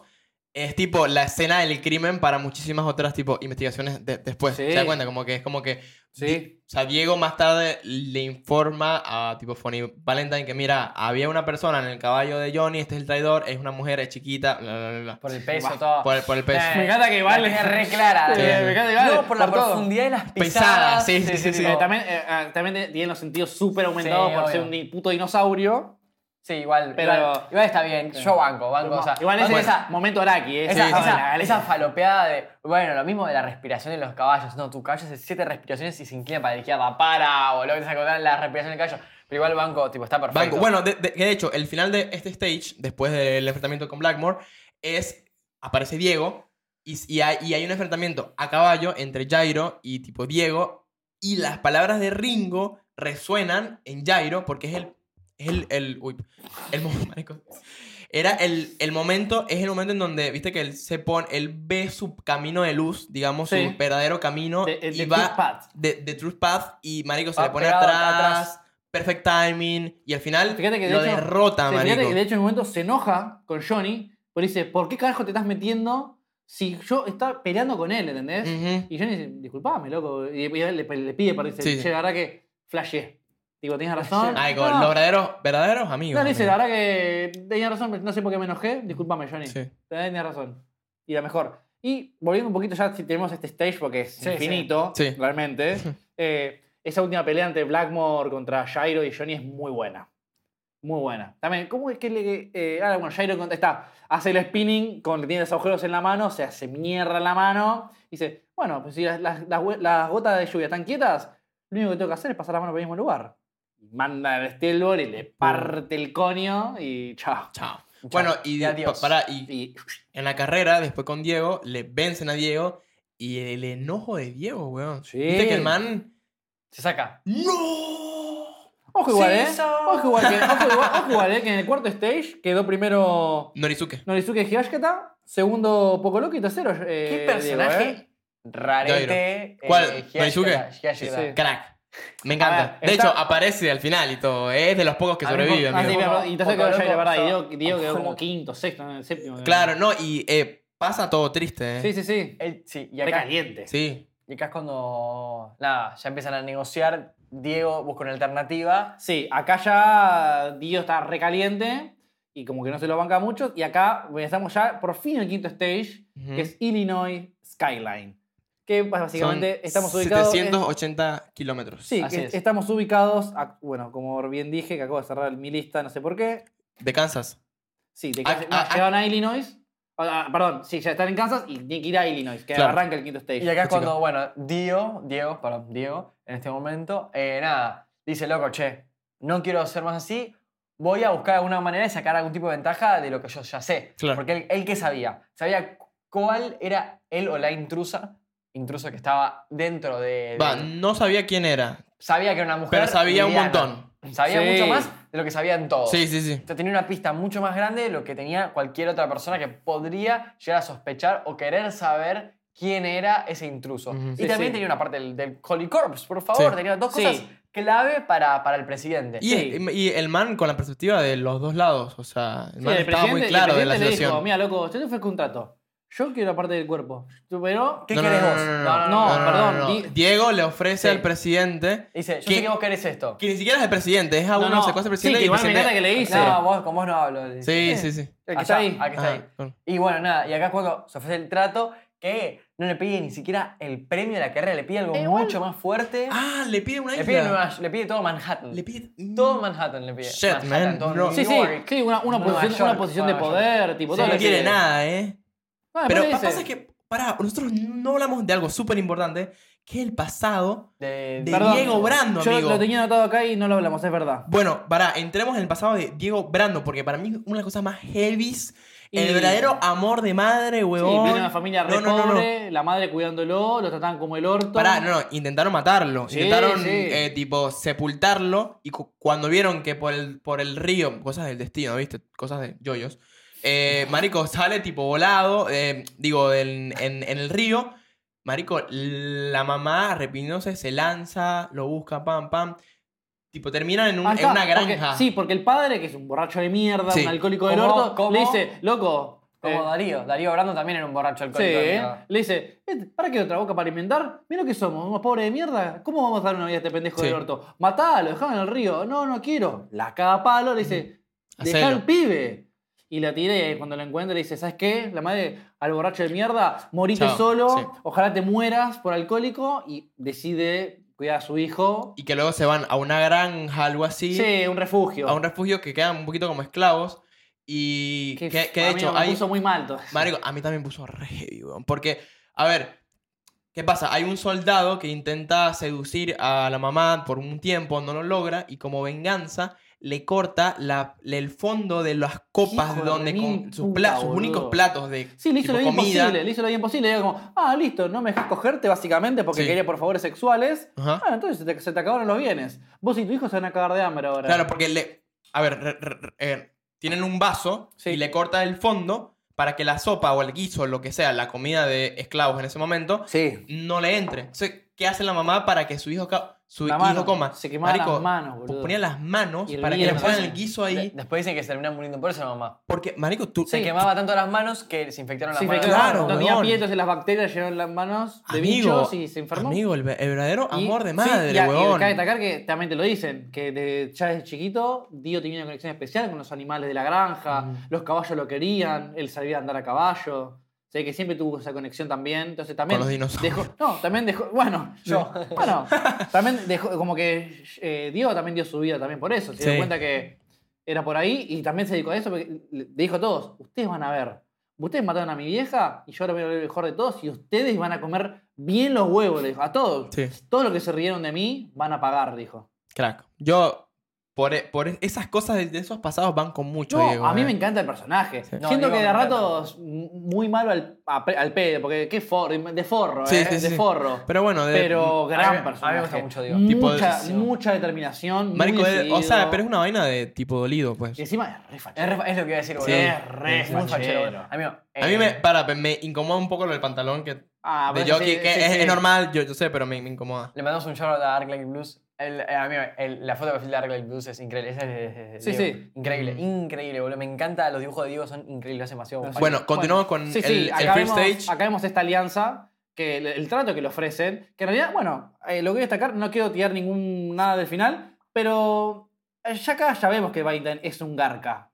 A: es tipo la escena del crimen para muchísimas otras tipo investigaciones de- después.
B: Sí.
A: ¿Se da cuenta? Como que es como que.
B: Sí.
A: O sea, Diego más tarde le informa a tipo Fonny Valentine que mira, había una persona en el caballo de Johnny, este es el traidor, es una mujer, es chiquita, bla, bla, bla, bla.
C: Por el peso,
B: Bah,
C: todo.
A: Por, el- por el peso.
C: Eh,
B: Me encanta que vale.
C: La tiene re clara.
B: Sí,
A: me
B: encanta que vale,
C: No, por la
B: por todo.
C: profundidad de las
A: Pisadas,
C: pisadas.
A: sí, sí, sí, sí.
B: Eh,
C: no.
B: también, eh, ah, también tienen los sentidos súper aumentados
C: Sí,
B: por ser
C: obvio.
B: un di- puto dinosaurio.
C: Sí, igual,
B: Pero-
C: igual. igual está bien. Yo banco, banco. o sea,
B: Igual ese
C: banco
B: es momento Araki, ¿eh?
C: Esa,
B: Sí,
C: esa-
B: la- la-
C: esa falopeada de. Bueno, lo mismo de la respiración de los caballos. No, tu caballo hace siete respiraciones y se inclina para la izquierda. Para, boludo, que se acordaron la respiración del caballo. Pero igual el banco, tipo, está perfecto.
A: Banco. Bueno, de, de- que de hecho, el final de este stage, después del enfrentamiento con Blackmore, es. Aparece Diego y, y hay, y hay un enfrentamiento a caballo entre Jairo y tipo Diego. Y las palabras de Ringo resuenan en Jairo porque es el. Es el. el uy. El [laughs] mo- marico. Era el, el momento, es el momento en donde, viste que él se pone, él ve su camino de luz, digamos,
B: Sí.
A: su verdadero camino
B: de- de-
A: y
B: de
A: va
B: Tooth Path.
A: de, de Truth Path y Marico
B: Ah,
A: se
C: Va
A: le pone
C: pegado
A: atrás,
C: acá atrás.
A: perfect timing y al final
B: Fíjate que de
A: lo
B: hecho-
A: derrota,
B: Sí, fíjate
A: Marico.
B: que de hecho en un momento se enoja con Johnny, porque dice, ¿por qué carajo te estás metiendo si yo estaba peleando con él, ¿entendés?
A: Ujú.
B: Y Johnny dice, disculpame, loco. Y y él le, le pide perdón. Dice,
A: Sí, sí.
B: che, la verdad que flashé. Digo, tenías razón.
A: Ay,
B: No,
A: con
B: no.
A: los verdaderos, verdaderos amigos.
B: No, le dice, la
A: amigo.
B: verdad que tenías razón, no sé por qué me enojé. Disculpame, Johnny.
A: Sí.
B: Tenías razón. Y la mejor. Y volviendo un poquito ya, si tenemos este stage, porque es
C: Sí,
B: infinito,
A: sí. Sí.
B: realmente. eh, esa última pelea entre Blackmore contra Jairo y Johnny es muy buena. Muy buena. También, ¿cómo es que le. eh, ah, bueno, Jairo contra- está. Hace el spinning, con, tiene los agujeros en la mano, se hace mierda la mano. y Dice, bueno, pues si las, las- las hue- las gotas de lluvia están quietas, lo único que tengo que hacer es pasar la mano por el mismo lugar. Manda el steelball y le parte el coño y chao.
A: Chao. Bueno, y,
C: Y adiós.
A: pa- para, y
B: Y
A: en la carrera, después con Diego, le vencen a Diego y el enojo de Diego, weón.
B: Sí.
A: Viste que el man.
C: Se saca.
A: ¡No!
B: Ojo igual,
C: Sí,
B: ¿eh?
C: so-
B: Ojo igual, que, ojo
C: [laughs]
B: igual- ojo igual, ¿eh? Que en el cuarto stage quedó primero
A: Norizuke.
B: Norizuke Higashikata, segundo Poco Loco y tercero. eh,
C: Qué
B: Diego, ¿eh?
C: personaje rarete.
A: ¿Cuál?
C: eh, Hiyashi-
A: ¿Noisuke?
C: Hiyashi-
B: Sí.
A: Crack. Me encanta.
B: A ver,
A: de
B: está-
A: hecho, aparece al final y todo. Es de los pocos que
C: A mí me-
A: sobreviven.
B: Ah, sí,
A: Diego.
C: Diego.
B: pero- y tercero
C: Poco
B: quedó Jairo,
C: Loco,
B: ¿verdad? Y
C: so-
B: Diego, Diego quedó
C: Ojo.
B: como quinto, sexto, en el séptimo.
A: Claro, no, y eh, pasa todo triste, ¿eh?
B: Sí, sí, sí.
C: Él- sí, y
B: Re
C: acá,
B: caliente.
A: Sí.
C: y acá es cuando. Nada, ya empiezan a negociar. Diego busca una alternativa.
B: Sí, acá ya Dio está recaliente y como que no se lo banca mucho. Y acá estamos ya por fin en el quinto stage,
A: Ujú.
B: que es Illinois Skyline. Que básicamente
A: Son
B: estamos ubicados. en-
A: 780 kilómetros.
B: Sí,
C: Así
B: que
C: es.
B: estamos ubicados, a- bueno, como bien dije, que acabo de cerrar mi lista, no sé por qué.
A: De Kansas.
B: Sí, de
A: Ah,
B: Kansas-
A: ah,
B: no, llegaron a Illinois. Ah, ah, perdón, sí, ya están en Kansas y tienen que ir a Illinois, que
A: Claro.
B: arranca el quinto stage.
C: Y acá es
A: Chica.
C: cuando, bueno, Dio, Diego, perdón, Diego, en este momento, eh, nada, dice, loco, che, no quiero ser más así, voy a buscar alguna manera de sacar algún tipo de ventaja de lo que yo ya sé.
A: Claro.
C: Porque él, él qué sabía, sabía cuál era él o la intrusa, intrusa que estaba dentro
B: Eh,
C: de... de-
A: Va, no sabía quién era,
C: sabía que era una mujer.
A: pero sabía un
C: liviana.
A: montón.
C: Sabía
B: Sí.
C: mucho más de lo que sabían
B: Oh.
C: todos.
A: Sí, sí, sí.
C: Entonces, tenía una pista mucho más grande de lo que tenía cualquier otra persona que podría llegar a sospechar o querer saber quién era ese intruso.
A: Ujú.
C: Y
B: Sí,
C: también
B: sí.
C: tenía una parte del, del Holy Corpse, por favor.
A: Sí.
C: Tenía dos
B: Sí.
C: cosas clave para, para el presidente.
A: Y, y el man con la perspectiva de los dos lados, o sea, el
B: Sí,
A: man
B: el
A: estaba muy
B: presidente-
A: claro
B: el
A: de la
B: presidente le
A: situación.
B: Dijo, Mira, loco, usted te fue el contrato. Yo quiero la parte del cuerpo. Yo- Pero.
C: ¿Qué
A: No, no,
C: querés
A: no,
C: vos?
A: no, no,
B: no, perdón, Di-
A: Diego le ofrece
C: Sí.
A: al presidente,
C: Dice, yo
A: ¿Qué?
C: sé que vos querés esto.
A: que ni siquiera es el presidente, es a
B: No,
A: uno
B: no.
A: se secuace
B: Sí,
A: presidente y
B: que
A: el
B: igual me
A: presidente-
B: encanta que le dice.
C: No, vos, con vos no hablo. le dice.
A: Sí, sí, sí.
B: El que está
C: Allá,
B: ahí.
C: aquí está
A: Ah,
C: ahí.
A: bueno.
C: Y bueno, nada, y acá es cuando se ofrece el trato que no le pide ni siquiera el premio de la carrera, le pide algo mucho más fuerte.
A: Ah, le pide una
C: le, pide
A: isla.
C: Nueva- le pide todo Manhattan.
A: Le pide
C: Todo Manhattan le pide.
A: Shit,
C: Manhattan,
A: man.
C: todo
A: No.
C: New
B: Sí, sí,
C: York.
B: sí, una, una
C: Nueva
B: posición,
C: York,
B: una posición de
C: Nueva
B: poder, tipo,
C: Sí,
B: todo
A: No
B: lo que- Ah,
A: quiere nada, ¿eh?
B: No, después
A: Pero
B: le
A: pa-
B: dice-
A: pasa que, pará, nosotros no hablamos de algo súper importante, que es el pasado
C: De,
A: de
B: Perdón,
A: Diego Brando,
B: Yo
A: amigo.
B: lo tenía anotado acá y no lo hablamos, es verdad.
A: Bueno, para, entremos en el pasado de Diego Brando, porque para mí es una de las cosas más heavies.
B: Y-
A: El verdadero amor de madre,
B: Sí,
A: huevón.
B: viene de una familia re
A: No, no, no, no.
B: pobre, la madre cuidándolo, lo trataban como el orto.
A: Pará, no, no, intentaron matarlo.
B: Sí,
A: intentaron,
B: sí.
A: eh, tipo, sepultarlo. Y cu- cuando vieron que por el, por el río, cosas del destino, ¿viste? Cosas de yoyos. eh, marico sale, tipo, volado, eh, digo, en, en- en el río. Marico, la mamá arrepintiéndose, se lanza, lo busca, pam, pam. Tipo, terminan en, un-
B: Ah,
A: en
B: está,
A: una granja.
B: porque- sí, porque el padre, que es un borracho de mierda,
A: Sí.
B: un alcohólico del
C: ¿Cómo?
B: orto,
C: ¿Cómo?
B: le dice, loco.
C: Como
B: eh,
C: Darío. Darío Brando también era un borracho
B: sí,
C: alcohólico.
B: eh,
C: amigo.
B: le dice, "Eh, ¿para qué otra boca para inventar? Mira que somos, unos pobres de mierda. ¿Cómo vamos a dar una vida a este pendejo
A: Sí.
B: del orto? Matalo, dejalo en el río. No, no quiero. La caga a palo, le dice, dejá
A: Hacelo.
B: al pibe. Y la tiré, y ahí cuando la encuentra le dice, ¿sabes qué? La madre, al borracho de mierda, morite
A: Chao,
B: solo,
A: sí.
B: ojalá te mueras por alcohólico. Y decide cuidar a su hijo.
A: Y que luego se van a una granja, algo así.
B: Sí, un refugio.
A: a un refugio que quedan un poquito como esclavos. Y que,
B: Que,
A: que de
B: a mí
A: hecho
B: me
A: hay.
B: puso muy mal todo.
A: Marico, a mí también me puso re heavy, weón. Porque, a ver, ¿qué pasa? Hay un soldado que intenta seducir a la mamá por un tiempo, no lo logra, y como venganza le corta la, el fondo de las copas
B: Hijo de
A: donde
B: mil
A: con sus,
B: puta,
A: pla- sus
B: boludo.
A: únicos platos de
B: Sí, le hizo
A: tipo,
B: lo imposible, le hizo lo imposible. Y era como, ah, listo, no me dejas cogerte básicamente porque
A: Sí.
B: quería por favores sexuales.
A: Ajá.
B: Ah, entonces se te, se te acabaron los bienes. Vos y tu hijo se van a cagar de hambre ahora.
A: Claro, porque le. A ver, re- re- re- eh, tienen un vaso
B: Sí.
A: y le corta el fondo para que la sopa o el guiso, lo que sea, la comida de esclavos en ese momento,
B: Sí.
A: no le entre. Entonces, ¿Qué hace la mamá para que su hijo, ca- su
B: La
A: hijo
B: mano.
A: coma?
B: Se quemaban
A: Marico,
B: las manos, boludo.
A: Ponía las manos
B: Y
A: para que
B: hervía
A: le
B: la
A: fueran
B: mano.
A: el guiso ahí.
C: De- después dicen que se terminan muriendo por eso la mamá.
A: Porque, marico, tú...
C: Se quemaba tanto las manos que se infectaron las
B: Sí,
C: manos.
A: claro,
B: claro, no tenía
A: weón.
B: pie, entonces las bacterias llegaron las manos de
A: Amigo,
B: bichos y se enfermó.
A: amigo, el, ve- el verdadero
B: Y-
A: amor de
B: sí,
A: madre,
B: y a- y
A: weón.
B: cabe destacar que también te lo dicen, que de- ya desde chiquito Dio tenía una conexión especial con los animales de la granja,
A: Mm.
B: los caballos lo querían, él sabía andar a caballo. O sea, que siempre tuvo esa conexión también. Entonces también.
A: Con los dinosaurios.
B: dejó- no, también dejó. Bueno, yo. [laughs] Bueno, también dejó. Como que eh, Dio también dio su vida también por eso. Se
A: Sí.
B: dio cuenta que era por ahí y también se dedicó a eso porque le dijo a todos: Ustedes van a ver. Ustedes mataron a mi vieja y yo ahora voy a ver el mejor de todos y ustedes van a comer bien los huevos, le dijo. A todos.
A: Sí.
B: Todos los que se rieron de mí van a pagar, dijo.
A: Crack. Yo, por, e- por e- esas cosas de, de esos pasados van con mucho,
B: No,
A: Diego,
B: a mí
A: eh.
B: me encanta el personaje.
A: Sí.
C: No,
B: Siento
C: Diego,
B: que
C: me
B: de ratos muy malo al, a pe- al pedo, porque qué forro, de forro,
A: Sí,
B: eh,
A: sí,
B: de
A: sí.
B: forro. Pero,
A: Pero bueno, de-
C: a mí-
B: gran
C: a mí me
B: personaje.
C: gusta mucho Diego.
A: Tipo
B: Mucha,
C: de-
B: mucha determinación. muy
A: marico, de- o sea,
B: decidido.
A: pero es una vaina de tipo dolido, pues.
B: Y encima es re fachero.
C: Es, re- es lo que iba a decir, boludo.
A: Sí.
B: Es re
C: Es muy fachero,
B: fachero.
C: boludo. Amigo,
A: a mí
C: eh,
A: me, para, me incomoda un poco lo del pantalón que,
B: Ah,
A: de
B: pero
A: jockey,
B: sí,
A: que
B: sí,
A: es,
B: sí.
A: es normal, yo, yo sé, pero me, me incomoda.
C: Le mandamos un shout out a Dark Light Blues. El, eh, amigo, el- la foto de perfil de Dark Light Blues es increíble. Esa es de- de- de
B: Sí,
C: Diego.
B: sí.
C: Increíble, increíble, boludo. Me encanta. Los dibujos de Diego son increíbles. Lo hace demasiado
B: Bueno,
C: fácil.
A: Bueno, continuamos con
B: Sí,
A: el,
B: sí,
A: el
B: acá,
A: first
B: vemos,
A: stage.
B: acá vemos esta alianza, que el, el trato que le ofrecen, que en realidad, bueno, eh, lo que voy a destacar, no quiero tirar ningún nada del final, pero eh, ya acá ya vemos que Biden es un garca.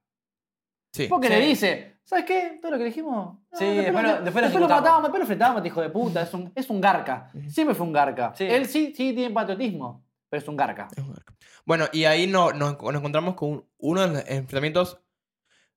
A: Sí.
B: Porque le
C: Sí.
B: dice, ¿sabes qué? Todo lo que dijimos.
C: Sí,
B: lo-
C: después lo- después lo
B: lo
C: ejecutamos".
B: matamos, después lo fletábamos, este hijo de puta, es un, es un garca. Siempre fue un garca.
C: Sí.
B: Él sí, sí tiene patriotismo, pero es un garca.
A: Bueno, y ahí no, nos, nos encontramos con uno de los enfrentamientos.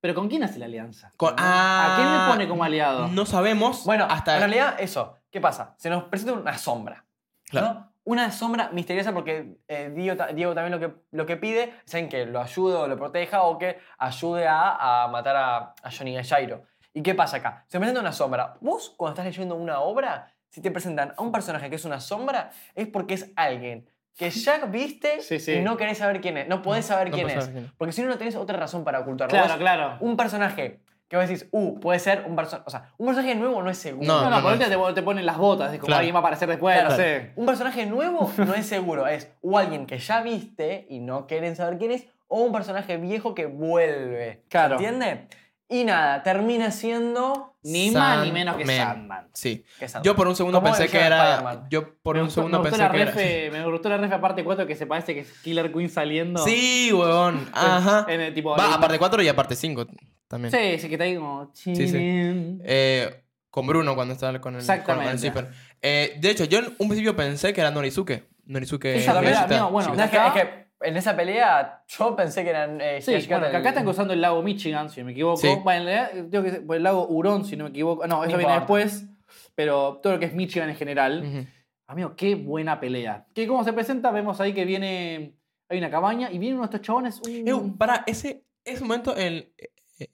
B: Pero ¿con quién hace la alianza?
A: Con,
B: ¿A quién
A: ah,
B: le pone como aliado?
A: No sabemos.
C: Bueno,
A: hasta
C: en realidad, eso. ¿Qué pasa? Se nos presenta una sombra.
A: Claro.
C: ¿no? Una sombra misteriosa porque eh, Diego, ta- Diego también lo que, lo que pide es en que lo ayude o lo proteja o que ayude a, a matar a, a Johnny y a Jairo. ¿Y qué pasa acá? Se presenta una sombra. Vos, cuando estás leyendo una obra, si te presentan a un personaje que es una sombra, es porque es alguien que ya viste
B: Sí, sí.
C: y no querés saber quién es. No podés saber
A: no
C: quién
A: podés
C: es.
A: saber quién es.
C: Porque si no, no tenés otra razón para ocultarlo.
B: Claro,
C: Vos,
B: claro.
C: Un personaje que vos decís, uh, puede ser un personaje. O sea, un personaje nuevo no es seguro.
A: No,
B: No, no, por
A: no.
B: ahí te, te ponen las botas, es como
A: Claro.
B: alguien va a aparecer después, no
A: Claro.
B: sé.
C: Un
A: [laughs]
C: personaje nuevo no es seguro, es o alguien que ya viste y no quieren saber quién es, o un personaje viejo que vuelve.
B: Claro.
C: ¿Entiende? Y nada, termina siendo.
B: Ni más ni menos que
A: Sandman.
B: Sandman.
A: Sí.
C: ¿Qué es eso?
A: Yo por un segundo
C: ¿Cómo
A: pensé
C: se
A: que
C: llama
A: era.
C: Spider-Man?
A: Yo por
B: Me
A: un
B: gustó-
A: segundo
B: me gustó
A: pensé
B: la
A: que era. [laughs]
B: refe- Me gustó la ref a parte 4 que se parece que es Killer Queen saliendo.
A: Sí, huevón. Ajá.
B: [laughs] En el tipo.
A: Va,
B: en-
A: aparte 4 y aparte 5 también.
B: Sí, sí, que está ahí como.
A: sí.
B: chirin.
A: Eh, con Bruno cuando estaba con el, con- con el
B: Exactamente.
A: zipper. Eh, de hecho, yo en un principio pensé que era Norizuke. Norizuke.
B: Esa
A: Miyashita.
B: pelea, amigo, bueno,
C: No, es, que,
B: acá-
C: es que en esa pelea yo pensé que eran. eh,
B: Sí,
C: Shishikata
B: bueno,
C: el-
B: que acá están cruzando el lago Michigan, si no me equivoco.
A: Sí.
B: Bueno, en realidad, tengo que decir, por el lago Hurón, si no me equivoco. No, eso
C: No
B: viene
C: importa.
B: después. Pero todo lo que es Michigan en general.
A: Ujú.
B: Amigo, qué buena pelea. Que como se presenta, vemos ahí que viene. Hay una cabaña y vienen uno de estos chabones. un-
A: Eh, para ese, ese momento en,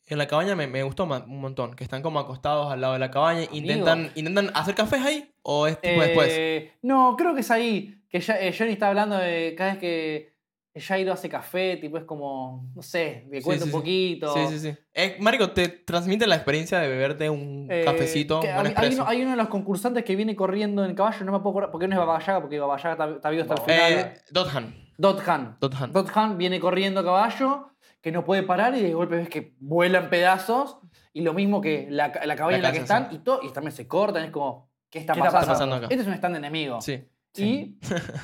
A: en la cabaña me, me gustó ma- un montón. Que están como acostados al lado de la cabaña. Intentan, intentan hacer cafés ahí o es tipo después.
B: Eh, No, creo que es ahí. Que ya, eh, Johnny está hablando de cada vez que Jairo hace café, tipo es como, no sé, le
A: Sí,
B: cuenta
A: sí,
B: un
A: sí.
B: poquito.
A: Sí, sí, sí. Eh, Marico, te transmite la experiencia de beberte un
B: Eh,
A: cafecito,
B: que
A: un
B: hay, hay
A: espresso.
B: uno, hay uno de los concursantes que viene corriendo en caballo, no me puedo acordar, porque no es Babayaga, porque Babayaga está, está vivo hasta el final.
A: Eh, Dothan.
B: Dothan.
A: Dothan.
B: Dothan viene corriendo a caballo, que no puede parar y de golpe ves que vuela en pedazos. Y lo mismo que la, ca- la cabaña en la que
A: casa,
B: están, y, todo, y también se cortan, es como, ¿qué está,
C: ¿Qué está
B: pasando?
A: pasando acá?
B: Este es un stand enemigo.
A: Sí.
B: Y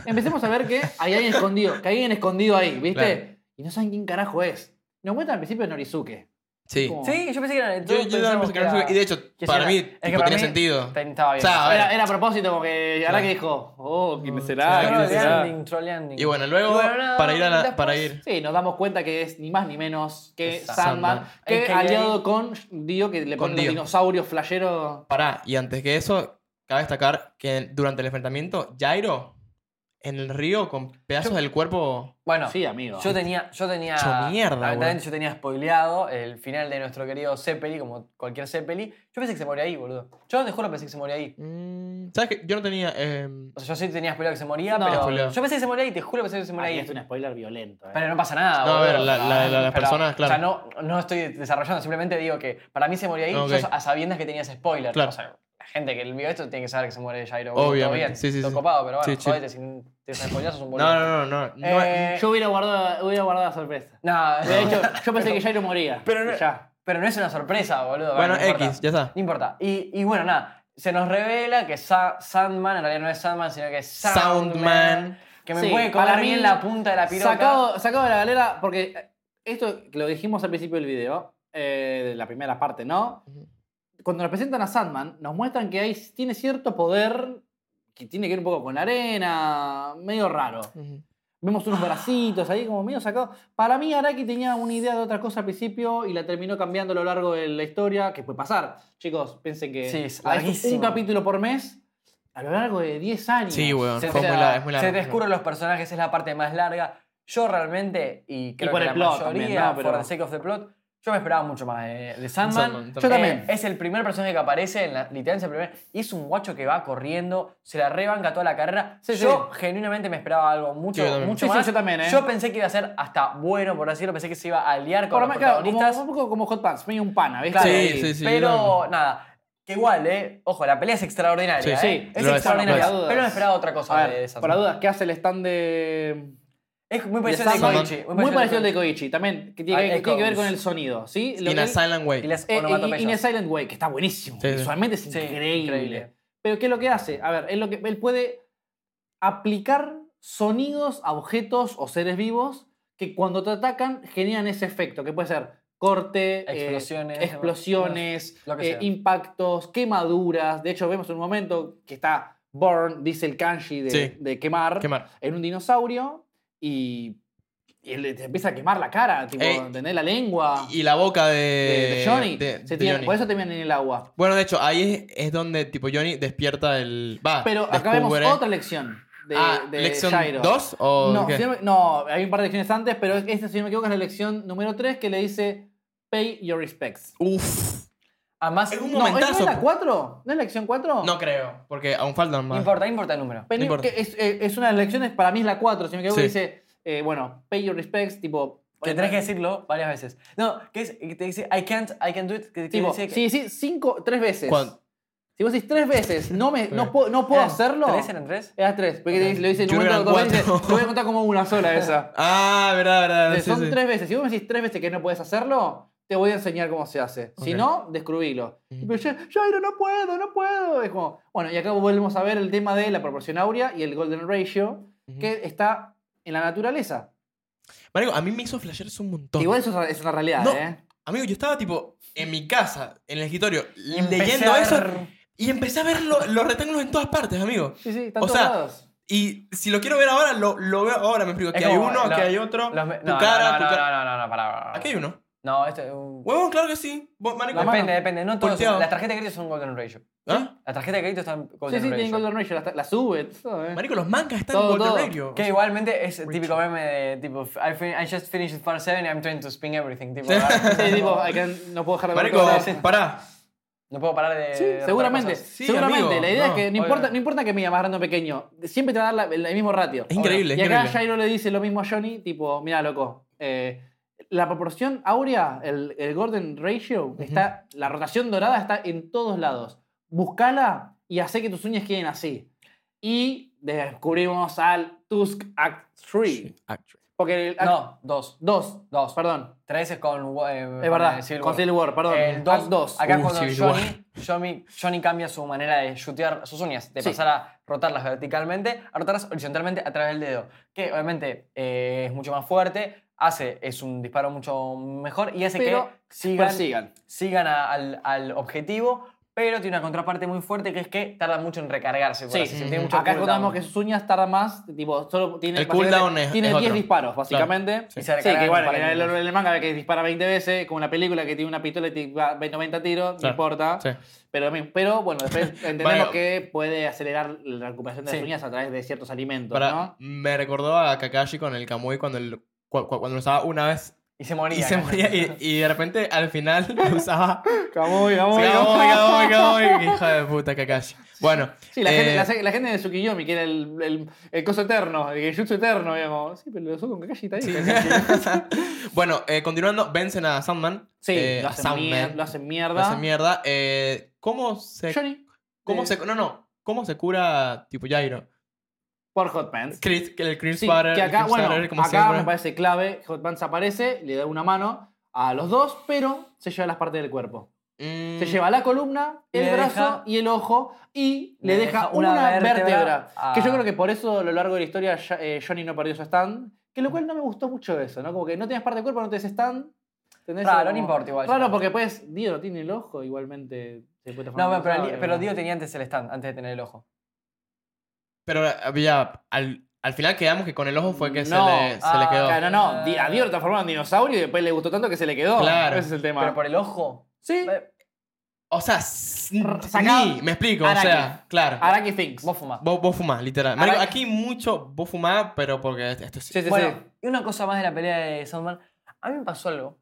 B: empecemos a ver que hay alguien escondido, que hay alguien escondido ahí, ¿viste?
A: Claro.
B: Y no saben quién carajo es. Nos muestran al principio de Norizuke.
A: Sí.
B: Como-
C: Sí, yo pensé que eran.
A: Yo,
C: todos
A: yo
C: pensamos
A: también pensé que
C: que
A: era
C: era-
A: Norizuke, Y de hecho,
C: que
A: para
C: era-
A: mí
C: es que
A: tipo,
C: para
A: tiene
C: mí
A: sentido.
C: Estaba bien.
A: O sea, a ver.
B: Era, era a propósito, como que ahora
A: Claro.
B: que dijo, oh, ¿quién
A: Ah,
B: será?
A: claro,
B: ¿Quién será?
C: Trolleanding, trolleanding.
A: Y bueno, luego,
C: Y bueno, nada,
A: para, ir a la-
C: después-
A: para ir.
B: Sí, nos damos cuenta que es ni más ni menos que
C: Exacto.
B: Sandman,
A: Sandman.
B: que
C: AKA.
B: aliado con Dio, que le
A: Con
B: ponen los
A: Dio.
B: dinosaurios flayeros.
A: Pará, y antes que eso, cabe destacar que durante el enfrentamiento, Jairo, en el río, con pedazos del cuerpo.
C: Bueno,
B: Sí, amigo.
C: Yo tenía. Yo tenía
A: Hecho mierda,
C: lamentablemente
A: boludo.
C: yo tenía spoileado el final de nuestro querido Zeppeli, como cualquier Zeppeli. Yo pensé que se moría ahí, boludo. Yo te juro pensé que se moría ahí.
A: Mm, ¿Sabes qué? Yo no tenía. eh,
C: O sea, yo sí tenía spoileado que se moría,
B: No.
C: pero.
A: Spoileado.
C: Yo pensé que se moría ahí, te juro pensé que se moría ahí.
B: Ahí es un spoiler violento. eh.
C: Pero no pasa nada.
A: No, a ver,
C: boludo.
A: la- la- la- las
C: Pero,
A: personas, claro.
C: O sea, no, no estoy desarrollando, simplemente digo que para mí se moría ahí,
A: Ok.
C: yo a sabiendas que tenías spoiler.
A: Claro.
C: O sea, gente que vio esto tiene que saber que se muere Jairo.
A: Obviamente,
C: Todo bien.
A: sí, sí,
C: Todo
A: sí.
C: copado, pero bueno,
A: Sí, sí.
C: jodete, sin te das coñazo es un boludo.
A: No, no, no, no. no,
C: Eh,
B: Yo hubiera guardado, hubiera guardado la sorpresa.
C: No,
B: De hecho, yo pensé que Jairo moría.
C: Pero no-
B: ya.
C: Pero no es una sorpresa, boludo.
A: Bueno,
C: no importa.
A: X, ya está.
C: No importa. Y, y bueno, nada. Se nos revela que Sa- Sandman, en realidad no es Sandman, sino que es Soundman.
A: Soundman.
C: Que me
B: Sí,
C: puede
B: para
C: comer
B: mí,
C: bien la punta de la piroca.
B: Sacado, sacado de la galera, porque eh, esto lo dijimos al principio del video, eh, de la primera parte, ¿no?
A: Ujú.
B: Cuando nos presentan a Sandman, nos muestran que hay, tiene cierto poder que tiene que ver un poco con la arena, medio raro.
A: Ujú.
B: Vemos unos bracitos ahí como medio sacados. Para mí Araki tenía una idea de otra cosa al principio y la terminó cambiando a lo largo de la historia, que puede pasar. Chicos, piensen que
C: Sí, es
B: hay
C: larguísimo.
B: un capítulo por mes a lo largo de 10 años.
A: Sí, weón.
C: Se,
A: Fue
C: te-
A: muy larga, es muy
C: se
A: larga.
C: te escurren los personajes, es la parte más larga. Yo realmente, y creo
B: por
C: que
B: el
C: la
B: plot
C: mayoría,
B: también, ¿no? Pero-
C: por the sake of the plot, yo me esperaba mucho más de, de Sandman.
A: Sandman,
B: Yo también.
C: Eh, es el primer personaje que aparece, en la, literalmente es el primer. Y es un guacho que va corriendo, se la rebanca toda la carrera.
B: Sí,
C: yo genuinamente me esperaba algo mucho,
A: Sí, yo también.
C: mucho
B: Sí, sí,
C: más.
B: yo también, ¿eh?
C: Yo pensé que iba a ser hasta bueno, por decirlo. Pensé que se iba a aliar con
B: Por lo
C: los
B: menos, claro, como,
C: protagonistas.
B: un poco como Hot Pants, medio un pana, ¿viste?
C: Claro,
A: Sí,
C: ahí.
A: sí, sí, yo
C: Pero
A: también.
C: nada, que igual, ¿eh? Ojo, la pelea es extraordinaria.
B: Sí,
C: ¿eh?
B: sí,
C: Es
A: lo es,
C: extraordinaria.
B: lo es.
C: Pero no esperaba otra cosa
B: A
C: de
B: ver,
C: esa.
B: para dudas, ¿qué hace el stand de,
C: Es muy
B: de
C: parecido al de
B: Sandman?
C: Koichi.
B: Muy parecido al de Koichi, también, que tiene,
C: Ah,
B: que- que tiene que ver
C: Echoes.
B: con el sonido, ¿sí? Lo
A: In
B: que
A: a
B: él-
A: silent way.
C: Y las
B: Eh, y- y- In a
C: onomatopeyas.
B: Silent Way, que está buenísimo.
A: Sí, sí.
B: Visualmente es
C: Sí,
B: increíble.
C: increíble.
B: Pero ¿qué es lo que hace? A ver, es lo que él puede aplicar sonidos a objetos o seres vivos que cuando te atacan generan ese efecto, que puede ser corte, eh,
C: Explosiones,
B: explosiones,
C: lo que
B: eh,
C: sea.
B: impactos, quemaduras. De hecho, vemos en un momento que está Burn, dice el kanji de,
A: Sí.
B: de quemar,
A: Quemar.
B: en un dinosaurio y, y le- te empieza a quemar la cara, tipo,
A: Ey.
B: ¿entendés? La lengua
A: Eh, Y la boca de,
B: Ah. de, de Johnny.
A: de-
B: Se
A: de
B: tiran-
A: Johnny.
B: Por eso terminan en el agua.
A: Bueno, de hecho, ahí es, es donde tipo Johnny despierta el. Va.
B: Pero acá vemos
A: Ah, descubre-
B: otra lección de,
A: ah,
B: de
A: ¿Lección
B: Jairo.
A: 2 o.?
B: No,
A: qué?
B: si no, me- no, hay un par de lecciones antes, pero esta, si no me equivoco, es la lección número 3 que le dice Pay your respects.
A: Uf.
C: Además,
A: Es un
B: No, ¿es- ¿no
A: momentazo.
B: es la 4? ¿No es la lección 4?
A: No creo, porque aún faltan
C: no
A: más.
C: importa, no importa el número.
B: Pero
A: No importa.
B: que es, eh, es una de las lecciones, para mí es la 4, si no me equivoco,
A: Sí.
B: que dice, eh, bueno, pay your respects, tipo...
C: Te tenés que decirlo varias veces. No, que es, que te dice, I can't, I can't do it. Que, que
B: Tipo,
C: dice que-
B: sí, sí, cinco, tres veces.
A: ¿Cuán- Eh.
B: Si vos decís tres veces, no, me, no puedo, no puedo
C: ¿Eran
B: hacerlo...
C: Eh, ¿Tres eran tres?
B: Eran tres, porque te dice- lo dice en un
A: Yo creo que
B: momento dos
A: eran
B: veces,
A: cuatro.
B: lo voy a contar como una sola esa.
A: [laughs] Ah, verdad, verdad.
B: Eh,
A: sí,
B: Son
A: sí.
B: tres veces. Si vos me decís tres veces que no puedes hacerlo, te voy a enseñar cómo se hace. Si
A: Ok. Mm.
B: no, descubrilo.
A: Ujú.
B: Pero yo, Jairo, no puedo, no puedo. Es como, bueno, y acá volvemos a ver el tema de la proporción áurea y el golden ratio,
A: Ujú.
B: que está en la naturaleza.
A: Marico, a mí me hizo flashear eso un montón.
B: Igual eso es una- es una realidad,
A: No.
B: ¿eh?
A: Amigo, yo estaba tipo en mi casa, en el escritorio,
C: Empecé
A: leyendo
C: a
A: eso
C: ver-
A: y empecé a ver lo- los rectángulos en todas partes, amigo.
B: Sí, sí, están
A: O
B: todos
A: sea,
B: lados.
A: Y si lo quiero ver ahora, lo, lo veo ahora, me explico.
C: Es
A: Que hay
C: como
A: uno,
C: la-
A: que hay otro.
C: los me-
A: tu
C: no,
A: cara,
C: no,
A: tu
C: no,
A: cara.
C: no, no, no, no, pará, pará, pará.
A: Aquí hay uno.
C: No, esto es un...
A: Huevón, claro que sí. Vos, marico.
B: La
C: Depende,
B: mano.
C: depende. No todos
A: Volteado.
C: son- Las tarjetas de crédito son Golden Ratio.
A: ¿Ah?
C: Las tarjetas de crédito están
B: Sí,
C: Golden
B: sí, tienen
C: Ratio.
B: golden ratio, la, la sube. todo, ¿eh?
A: Marico, los mangas están
B: Todo,
A: en Golden
B: todo.
A: Radio.
C: Que igualmente es el típico meme de tipo, I, fin- I just finished part 7 I'm trying to spin everything. Tipo, ahora-
B: Sí, tipo, I can- no puedo dejar de ver
A: Marico,
B: cosas.
A: pará.
C: no puedo parar de.
B: Sí,
C: de
B: seguramente.
C: cosas.
A: Sí,
B: seguramente.
A: amigo,
B: la idea
A: no,
B: es que no
C: obvio.
B: importa, no importa que mida más grande o pequeño, siempre te va a dar la- el, el mismo ratio.
A: Es increíble,
B: Y
A: es
B: acá
A: increíble.
B: Jairo le dice lo mismo a Johnny, tipo, mira, loco, eh, la proporción áurea, el, el Gordon Ratio, está, la rotación dorada está en todos lados. Buscala y hace que tus uñas queden así. Y descubrimos al Tusk Act 3. Porque el Act
C: No, Ah, dos.
B: 2,
C: Dos.
B: perdón.
C: Tres es con. eh,
B: Es
C: con,
B: verdad,
C: eh, Civil
B: con
C: War.
B: Civil War, perdón.
C: El
B: Act
C: 2.
B: 2.
C: Acá
A: Uh,
C: cuando
A: Civil War.
C: Johnny, Johnny, Johnny cambia su manera de shootear sus uñas, de
B: Sí.
C: pasar a rotarlas verticalmente, a rotarlas horizontalmente a través del dedo. Que obviamente eh, es mucho más fuerte, hace, es un disparo mucho mejor y hace
B: Pero
C: que sigan,
B: persigan.
C: sigan a- al, al objetivo, pero tiene una contraparte muy fuerte que es que tarda mucho en recargarse. Por
B: Sí,
C: así decirlo, tiene
A: ujú.
C: mucho
B: Acá
C: cooldown.
B: contamos que sus uñas tardan más, tipo, solo tiene,
A: El
B: básicamente-
A: cooldown es-
B: tiene
A: es
B: 10
A: otro.
B: disparos, básicamente.
C: Y
B: Sí,
C: se recarga
B: que
C: en
B: bueno,
C: un par de
B: en el,
C: minutos.
B: en el manga que dispara 20 veces, como en la película que tiene una pistola y te va 20, 90 tiros, no
A: Claro,
B: importa.
A: sí.
B: Pero, a mí- pero bueno, después
A: [laughs]
B: entendemos
A: Bueno.
B: que puede acelerar la recuperación de las
C: Sí.
B: uñas a través de ciertos alimentos,
A: Pará,
B: ¿no?
A: Me recordó a Kakashi con el Kamui cuando, el, cu- cu- cuando lo usaba una vez
C: Y se moría.
A: y se
C: casi.
A: moría y, y de repente al final [laughs] lo
B: [laughs]
A: usaba.
B: Kamui, Kamui,
A: Kamui, Kamui, Kamui. Hija de puta, Kakashi. Bueno.
B: Sí, la,
A: eh,
B: gente, la, la gente de Tsukiyomi, que era el, el, el coso eterno, el Genjutsu eterno, digamos. Sí, pero lo usó con Kakashi, está ahí.
A: [laughs] Bueno, eh, continuando, vencen a Sandman.
B: Sí,
A: Eh,
B: lo, hacen
A: Soundman.
B: mierda, lo hacen mierda.
A: Lo hacen mierda. Eh, ¿Cómo se
B: Johnny.
A: ¿Cómo se, no, no. ¿Cómo se cura tipo Jairo?
B: Por Hot Pants.
A: Chris, el Chris
B: Sí,
A: Potter,
B: que
A: el
B: acá,
A: Chris
B: bueno,
A: Potter, como
B: acá
A: siempre.
B: me parece clave. Hot Pants aparece, le da una mano a los dos, pero se lleva las partes del cuerpo.
A: Mm,
B: Se lleva la columna,
C: Y
B: el
C: le
B: brazo
C: deja-
B: y el ojo y le,
C: le
B: deja,
C: deja
B: una,
C: una
B: vértebra.
C: vértebra a-
B: Que yo creo que por eso a lo largo de la historia ya- eh, Johnny no perdió su stand. Que lo cual no me gustó mucho eso, ¿no? Como que no tienes parte del cuerpo, no tienes stand. ¿entendés?
C: Raro,
B: Era
C: no
B: como-
C: importa igual,
B: Raro,
C: ya.
B: porque pues Dio no tiene el ojo, igualmente. se puede
C: No,
B: transformar
C: pero,
B: en
C: pero, el-
B: sable,
C: pero
B: ¿no?
C: Dio tenía antes el stand, antes de tener el ojo.
A: Pero había, al, al final quedamos que con el ojo fue que
B: No,
A: se, le, se
C: ah,
A: le quedó.
B: Claro, no, Di- a Dio lo transformaron en dinosaurio y después le gustó tanto que se le quedó.
A: Claro.
B: Ese es el tema.
C: Pero por el ojo.
B: Sí.
C: eh,
A: O sea, s-
B: R- sacá-
A: ni, me explico,
B: Araki.
A: o sea, claro.
B: Araki Things.
C: Vos fumás.
A: Vos, vos fumás, literal. Marico,
C: Araki-
A: aquí mucho vos fumás, pero porque esto es...
B: Sí, sí,
C: bueno,
B: sí.
C: y una cosa más de la pelea de Sandman. A mí me pasó algo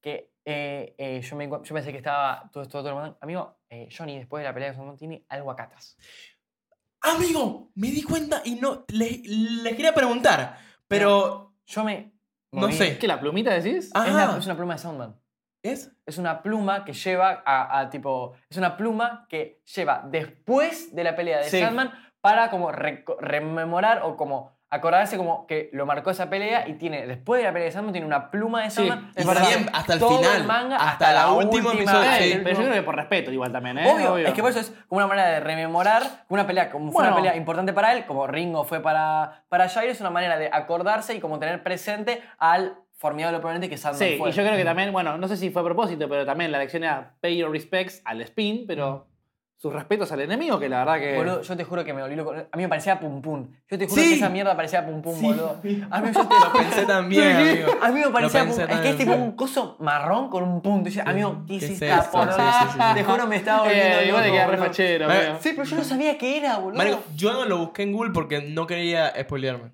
C: que eh, eh, yo, me, di cuen- yo pensé que estaba todo esto todo el mundo. Amigo, eh, Johnny, después de la pelea de Sandman, tiene albacatas.
A: Amigo, me di cuenta y no... Les, les quería preguntar, pero...
C: Yo me.
A: No
C: moví.
A: sé.
B: ¿Qué, la plumita decís?
A: Ah,
C: Es, la- es una pluma de Sandman.
A: ¿es?
C: Es una pluma que lleva a, a tipo. Es una pluma que lleva después de la pelea de
B: Sí.
C: Sandman para como reco- rememorar o como acordarse como que lo marcó esa pelea y tiene después de la pelea de Sandman tiene una pluma de
B: Sí,
C: Sandman
A: Y
B: es verdad.
A: siempre, hasta el
C: Todo
A: final,
C: el manga,
A: hasta,
C: hasta
A: la,
C: la
A: última,
C: última
A: episodio.
C: vez.
A: sí.
B: Ey, Eh, pero yo creo que por respeto igual también, ¿eh?
C: Obvio, es que por eso es como una manera de rememorar una pelea, como fue
B: Bueno.
C: una pelea importante para él, como Ringo fue para, para Jairo, es una manera de acordarse y como tener presente al formidable oponente que Sandman
B: Sí,
C: fue.
B: y yo creo que también, bueno, no sé si fue a propósito, pero también la lección era pay your respects al spin, pero sus respetos al enemigo, que la verdad que...
C: Mm. Boludo, yo te juro que me volví loco. A mí me parecía Pum Pum. Yo te juro
A: Sí.
C: que esa mierda parecía Pum Pum,
A: Sí.
C: boludo. A mí, yo
A: [laughs]
C: te lo
A: Pensé también, amigo.
B: [laughs]
C: A mí me parecía
A: pensé
C: Pum Es que
A: también,
C: es tipo
A: sí.
C: un coso marrón con un punto. Y yo, amigo,
A: ¿Qué
C: ¿qué
A: es
C: hiciste?
A: esto?
C: boludo?
A: Sí, sí, sí,
B: [laughs]
A: sí.
C: Te juro, me estaba volviendo
B: Eh, igual le
C: loco,
B: queda re
C: boludo.
B: fachero,
A: Bueno,
B: amigo.
C: Sí, pero yo no sabía qué era, boludo.
A: Marico, yo no lo busqué en Google porque no quería spoilearme.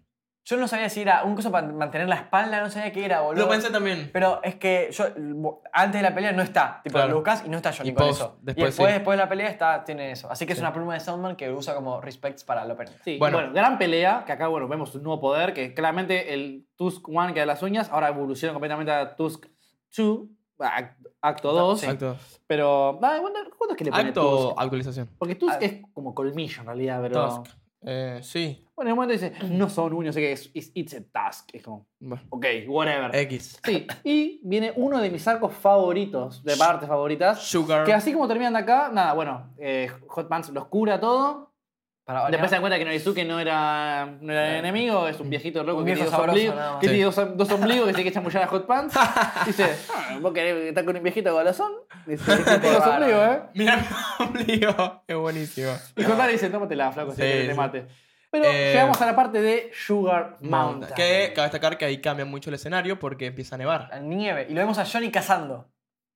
C: Yo no sabía si era un coso para mantener la espalda, no sabía qué era, boludo.
A: Lo pensé también.
C: Pero es que yo bo- antes de la pelea no está. Tipo,
A: Claro.
C: lo buscas y no está Johnny
A: Y
C: con
A: post,
C: eso.
A: después
C: y después,
A: sí.
C: después de la pelea está, tiene eso. Así que es
A: Sí.
C: una pluma de Soundman que usa como respects para el opening.
B: Sí,
A: Bueno.
B: bueno. gran pelea, que acá bueno, vemos un nuevo poder, que claramente el Tusk One que da las uñas, ahora evoluciona completamente a Tusk 2, ac- acto 2,
C: Sí.
A: Acto,
B: pero... ah, bueno, ¿Cuánto es que le pone
A: acto
B: Tusk?
A: actualización.
B: Porque Tusk
C: Ah.
B: es como colmillo en realidad, pero...
A: Tusk. Eh, sí.
B: Bueno, en un momento dice, no son uñas, no sé qué, es, it's, it's a task. Es como,
A: Bueno,
B: ok, whatever.
A: X.
B: Sí, y viene uno de mis arcos favoritos, de partes favoritas.
A: Sugar.
B: Que así como terminan de acá, nada, bueno, eh, Hot Pants los cura todo.
C: Para variar.
B: Después se dan cuenta que Norizuke no era, no era el enemigo, es un viejito loco
C: Un
B: que,
C: viejo
B: tiene dos,
C: sabroso,
B: ombligos-
C: nada más.
B: que
A: Sí.
B: tiene dos, dos ombligos que se quiere chamullar a Hot Pants. Dice, "Ah, vos querés estar con un viejito golosón. Dice, "Este "Tengo dos
C: bárbaro.
B: ombligos, ¿eh?
A: Mira [laughs] mi ombligo. Es buenísimo.
B: Y Hot Pants dice, tómatela, flaco, si
A: Sí,
B: querés que
A: sí.
B: te mate. Pero
A: Eh,
B: llegamos a la parte de Sugar Mountain.
A: Que cabe destacar que ahí cambia mucho el escenario porque empieza a nevar.
C: La nieve. Y lo vemos a Johnny cazando.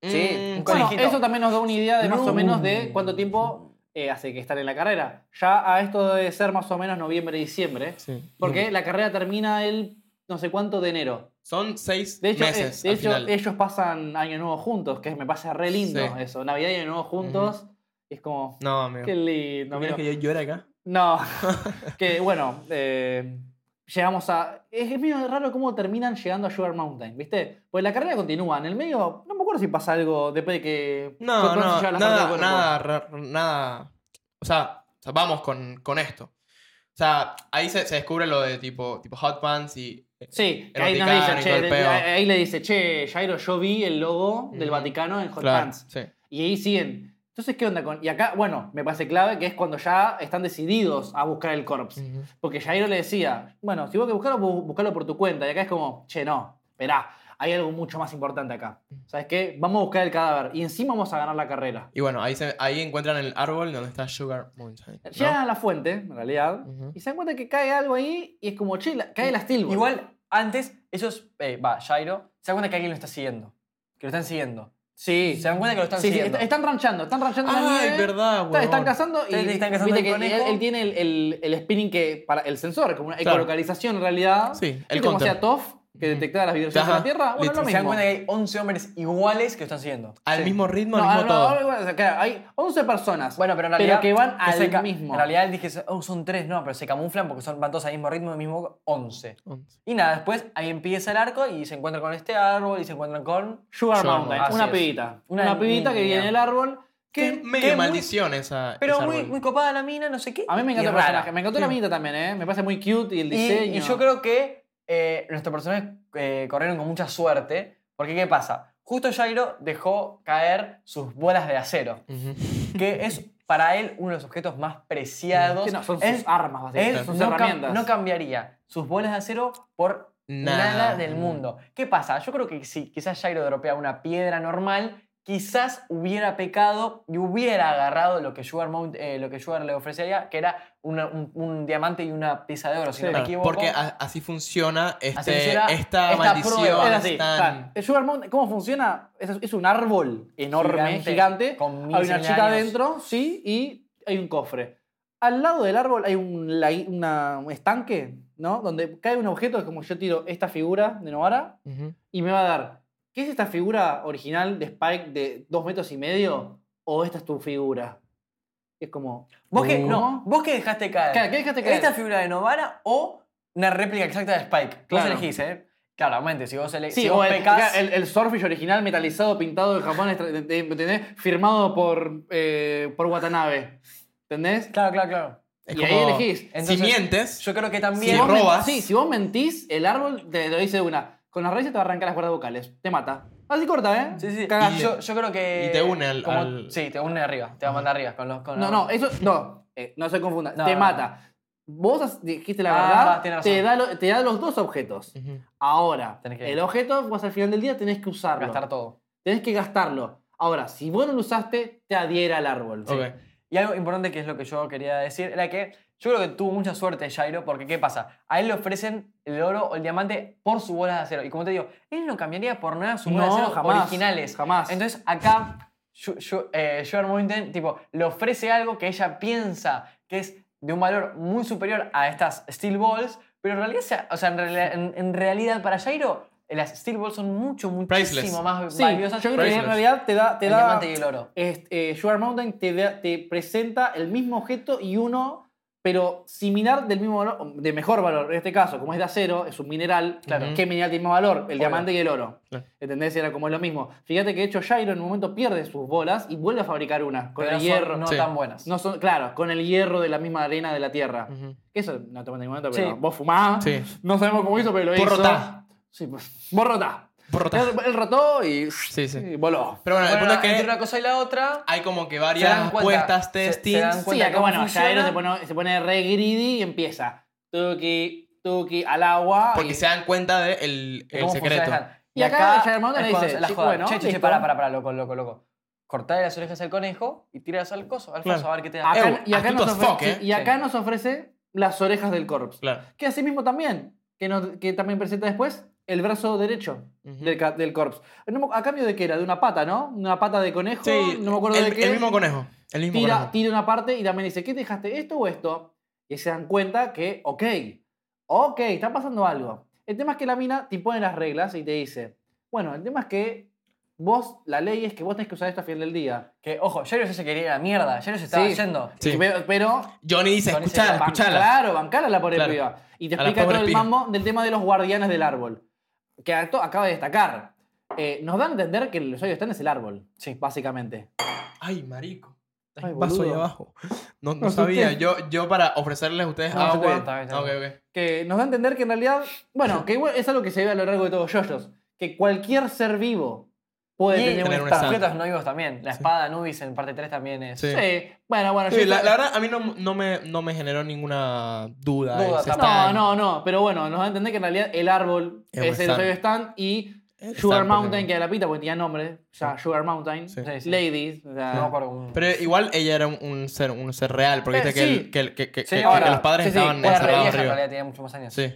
B: Sí,
A: Mm,
B: bueno,
C: conejito.
B: eso también nos da una idea de más o
C: No.
B: menos de cuánto tiempo eh, hace que están en la carrera. Ya a esto debe ser más o menos noviembre, diciembre,
A: sí.
B: porque la carrera termina el no sé cuánto de enero.
A: Son seis
B: De hecho, eh,
A: meses.
B: de
A: al
B: hecho,
A: final.
B: ellos pasan Año Nuevo juntos, que me pasa re lindo
A: Sí.
B: eso. Navidad y Año Nuevo juntos, y es como,
A: No, amigo.
B: qué lindo.
A: ¿No miras
B: amigo.
A: que yo llore acá? [laughs]
B: No, que bueno, eh, llegamos a... Es, es medio raro cómo terminan llegando a Sugar Mountain, ¿viste? Pues la carrera continúa, en el medio, no me acuerdo si pasa algo después de que...
A: No,
B: Hot Pants
A: no,
B: se
A: nada,
B: lleva la parte del cuerpo.
A: nada, ra- nada. O sea, o sea, vamos con, con esto. O sea, ahí se, se descubre lo de tipo, tipo hot pants y... eh,
B: Sí, que
A: El
B: ahí, nos
A: Vaticano
B: dice,
A: y todo
B: che,
A: el
B: de-
A: peo.
B: ahí le dice, che, Jairo, yo vi el logo del
A: Mm.
B: Vaticano en Hot
A: Claro,
B: Pants.
A: sí.
B: Y ahí siguen. Entonces, ¿qué onda con...? Y acá, bueno, me parece clave que es cuando ya están decididos a buscar el corpse. Porque Jairo le decía, bueno, si vos que buscarlo, bu- buscalo por tu cuenta. Y acá es como, che, no, esperá, hay algo mucho más importante acá. ¿Sabes qué? Vamos a buscar el cadáver y encima vamos a ganar la carrera.
A: Y bueno, ahí, se, ahí encuentran el árbol donde está Sugar Mountain. ¿no?
B: Llegan a la fuente, en realidad,
A: Ujú.
B: y se dan cuenta que cae algo ahí y es como, che, la- cae la Steelbook.
C: Igual, antes, ellos. eh, va, Jairo. Se da cuenta que alguien lo está siguiendo. Que lo están siguiendo.
B: Sí.
C: Se dan cuenta que lo están
B: Sí, sí,
C: siguiendo.
B: est- están ranchando, están ranchando. en la
A: Ay,
B: nieve.
A: verdad,
B: Está-
A: güey.
B: están cazando y
C: Ustedes están cazando
B: viste
C: el
B: que él,
C: conejo.
B: él tiene el, el- el spinning que para el sensor, como una
A: Claro.
B: ecolocalización en realidad.
A: Sí, el
B: ¿Viste como
A: counter.
B: hacía TOF, que
A: Ujú.
B: detectaba las vibraciones de
A: Ajá,
B: la Tierra. Bueno,
A: listo.
B: lo
C: se dan
B: mismo.
C: cuenta que hay 11 hombres iguales que lo están siguiendo.
A: Al
B: Sí.
A: mismo ritmo, al
B: No,
A: mismo
B: no,
A: todo.
B: no, no, claro, hay 11 personas.
C: Bueno, pero en realidad.
B: que van
C: se
B: al
C: ca-
B: mismo.
C: En realidad dije, oh, son tres, no, pero se camuflan porque son, van todos al mismo ritmo, al mismo 11.
A: Once.
C: Y nada, después ahí empieza el arco y se encuentran con este árbol y se encuentran con.
B: Sugar
A: Sugar
B: Mountain,
C: Mountain.
B: una
C: Así es.
B: pibita. Una,
C: Una
B: pibita que
C: niña.
B: viene del árbol
A: Que
C: Que-
A: medio
C: que muy-
A: maldición esa.
C: Pero
A: esa
C: muy,
A: rol.
C: muy copada la mina, no sé qué.
B: A mí me
C: Y
B: encanta el
C: rara.
B: personaje. Me encantó la minita también, ¿eh? Me parece muy cute y el
C: Y-
B: diseño.
C: Y, yo creo que eh, nuestros personajes eh, corrieron con mucha suerte. Porque, ¿qué pasa? Justo Jairo dejó caer sus bolas de acero,
A: Ujú.
B: [laughs]
C: que es para él uno de los objetos más preciados.
B: Que no, son sus
C: Él-
B: armas, básicamente.
C: él
B: sus
C: no, cam-
B: herramientas.
C: no cambiaría sus bolas de acero por
A: Nada. Mm.
C: nada, del mundo. ¿Qué pasa? Yo creo que si quizás Jairo dropea una piedra normal, quizás hubiera pecado y hubiera agarrado lo que Sugar, Mount- eh, lo que Sugar le ofrecería, que era una- un, un diamante y una pieza de oro, si
B: Sí.
C: no me
A: Claro,
C: equivoco.
A: Ah, porque a- así funciona, este,
C: funciona
A: esta,
C: esta
A: maldición.
C: prueba.
B: Es así.
A: tan-
B: o sea, el Sugar Mountain, ¿cómo funciona? Es, es un árbol enorme,
C: Gigante,
B: gigante.
C: con
B: hay una
C: miles de
B: chica
C: años.
B: adentro, sí, y hay un cofre. Al lado del árbol hay un, lai- una- un estanque, ¿no? Donde cae un objeto, es como yo tiro esta figura de Novara
A: Ujú.
B: y me va a dar, ¿qué es esta figura original de Spike de dos metros y medio? ¿O esta es tu figura? Es como...
C: ¿Vos, que,
A: Uh.
C: no, vos que dejaste caer.
B: Claro, ¿qué dejaste caer?
C: ¿Esta figura de Novara o una réplica exacta de Spike?
B: Claro.
C: Vos elegís, ¿eh? Claramente, si vos, ele-
B: Sí,
C: si
B: o
C: vos
B: el,
C: pecás...
B: el, el Swordfish original metalizado, pintado de Japón, estra- de- de- ¿entendés? Firmado por, eh, por Watanabe. ¿Entendés?
C: Claro, claro, claro.
A: Es
B: y ahí
A: como,
B: elegís.
C: Entonces,
A: si mientes,
C: Yo creo que
B: Si
C: también...
A: Sí,
B: vos men-
A: robas.
B: sí, si vos mentís, el árbol te lo dice de una. Con las raíces te va a arrancar las cuerdas vocales. Te mata. Así corta, ¿eh?
C: Sí, sí.
B: Cagaste.
C: Y yo, yo creo que.
A: Y te une al-
C: como-
A: al-
C: Sí, te une arriba. Te va a mandar arriba. Con los, con los-
B: No, no, eso. No, eh, no se confunda.
C: No,
B: te
C: no,
B: mata. Vos has- dijiste la
C: Ah,
B: verdad.
C: tiene razón.
B: te, da lo- te da los dos objetos.
A: ujú,
B: Ahora,
C: Tenés que-
B: el objeto, vos al final del día tenés que usarlo.
C: Gastar todo.
B: Tenés que gastarlo. Ahora, si vos no lo usaste, te adhiera al árbol.
A: ok.
C: Y algo importante que es lo que yo quería decir era que yo creo que tuvo mucha suerte Jairo, porque ¿qué pasa? A él le ofrecen el oro o el diamante por sus bolas de acero. Y como te digo, él no cambiaría por nada sus
B: No,
C: bolas de acero
B: jamás,
C: originales.
B: jamás.
C: Entonces acá, Ju- Ju- eh, Sugar Mountain, tipo, le ofrece algo que ella piensa que es de un valor muy superior a estas Steel Balls, pero en realidad, se- o sea, en, realidad- en- en realidad para Jairo, eh, las Steel Balls son mucho, muchísimo
A: Priceless.
C: más
B: Sí,
C: valiosas
B: yo creo que
A: Priceless.
B: en realidad te da. Te
C: el
B: da
C: diamante y el oro.
B: este, eh, Sugar Mountain te, da- te presenta el mismo objeto y uno, pero similar del mismo valor, de mejor valor. En este caso, como es de acero, es un mineral.
A: Claro.
B: ¿Qué mineral tiene más valor? El diamante y el oro.
A: Claro.
B: ¿Entendés? Era como lo mismo. Fíjate que de hecho Jairo en un momento pierde sus bolas y vuelve a fabricar una con
C: Pero
B: el
C: son
B: hierro.
C: no
A: Sí.
C: tan buenas.
B: No son, claro, con el hierro de la misma arena de la tierra.
A: ujú.
B: Eso no te manda ningún momento, pero
C: Sí.
B: vos fumás.
A: Sí.
B: No sabemos cómo hizo, pero lo
A: Vos
B: hizo.
A: rotá.
B: Sí, pues, vos rotá.
A: Por rotar.
B: Él, él rotó y,
A: Sí, sí.
B: y voló.
A: Pero bueno, el
C: Bueno,
A: punto es
C: entre
A: que
C: una cosa y la otra.
A: hay como que
C: Se
A: varias
C: dan cuenta,
A: apuestas,
C: se- se dan
A: testings.
C: cuenta
B: sí, acá
C: cómo
B: bueno,
C: funciona.
B: Jairo se pone, se pone re greedy y empieza. Tuki, tuki, al agua.
A: Porque
B: y,
A: se dan cuenta del el,
C: de
A: el
C: cómo funciona
A: secreto.
C: esta-
B: Y acá Jairo Mountain
C: es
B: le
C: cuando
B: dice,
C: se la
B: "Che,
C: joda.
B: bueno,
C: che, che, che,
B: listo".
C: para, para, para, loco, loco, loco. Cortale las orejas al conejo y tirarlas al coso, al
A: Claro.
C: coso, a ver qué te da.
A: Ah,
B: acá,
A: Ew,
B: y acá
A: astuto as
B: nos ofrece,
A: fuck, ¿eh?
B: y acá
C: Sí.
B: nos ofrece las orejas del corpse.
A: Claro.
B: Que así mismo también, que, nos- que también presenta después el brazo derecho
A: Ujú.
B: del, ca- del corpse. No me- a cambio de qué era, de una pata, ¿no? Una pata de conejo,
A: Sí,
B: no me acuerdo
A: el,
B: de qué.
A: el mismo conejo. El mismo
B: tira,
A: conejo.
B: tira una parte y también dice, ¿qué te dejaste? ¿Esto o esto? Y se dan cuenta que, ok, ok, está pasando algo. El tema es que la mina te pone las reglas y te dice, bueno, el tema es que vos, la ley es que vos tenés que usar esto a fin del día.
C: Que, ojo, Jairo ya se quería ir a la mierda, Jairo se estaba
B: Sí.
C: yendo.
A: Sí.
B: Pero, pero
A: Johnny dice,
C: Johnny se
A: escuchala,
B: Ban-
A: escuchala.
B: Claro, bancala la pobre
A: Claro.
B: piba. Y te
A: A la
B: explica
A: pobre
B: todo el
A: piba.
B: mambo del tema de los guardianes del árbol. Que acto- acaba de destacar. Eh, nos da a entender que los hoyos están es el árbol. Sí. Básicamente.
A: Ay, marico. Hay
B: Ay,
A: un vaso ahí
B: boludo.
A: abajo. No, no
B: Me
A: sabía.
B: asusté.
A: Yo, yo para ofrecerles a ustedes
C: No,
A: agua.
C: está bien, está
A: Ah, ok,
C: bien,
A: ok.
B: Que nos da a entender que en realidad. Bueno, que igual es algo que se ve a lo largo de todos los yoyos. Que cualquier ser vivo puede
C: Y
B: tener
A: tener
B: un
A: un
C: Los
B: stand.
A: stand.
C: objetos no vivos también. La espada Nubis en parte 3 también es.
A: Sí.
B: Sí. Bueno, bueno,
A: Sí,
B: yo-
A: la, la verdad, a mí no, no, me, no me generó ninguna duda. este,
C: Duda
A: ese
C: tampoco.
A: stand.
B: No, no, no. Pero bueno, nos da a entender que en realidad el árbol
A: Es un
B: es, el
A: stand.
B: hoyo stand y
A: El
B: Sugar
A: stand,
B: Mountain,
A: Pokémon.
B: que era la pita porque tenía nombre. O sea, Sugar Mountain.
A: Sí.
C: Sí, sí.
B: Ladies. o sea,
C: No me acuerdo cómo.
A: Pero igual ella era un, un ser, un ser real, porque
B: Eh,
A: viste que,
B: sí.
A: el- que, el- que- que-
C: Sí,
A: que-
C: ahora,
A: que los padres
B: sí, sí,
A: estaban
B: ahora
C: Era re
A: encerrados
C: vieja, en
A: arriba.
C: realidad tenía muchos más años.
A: Sí.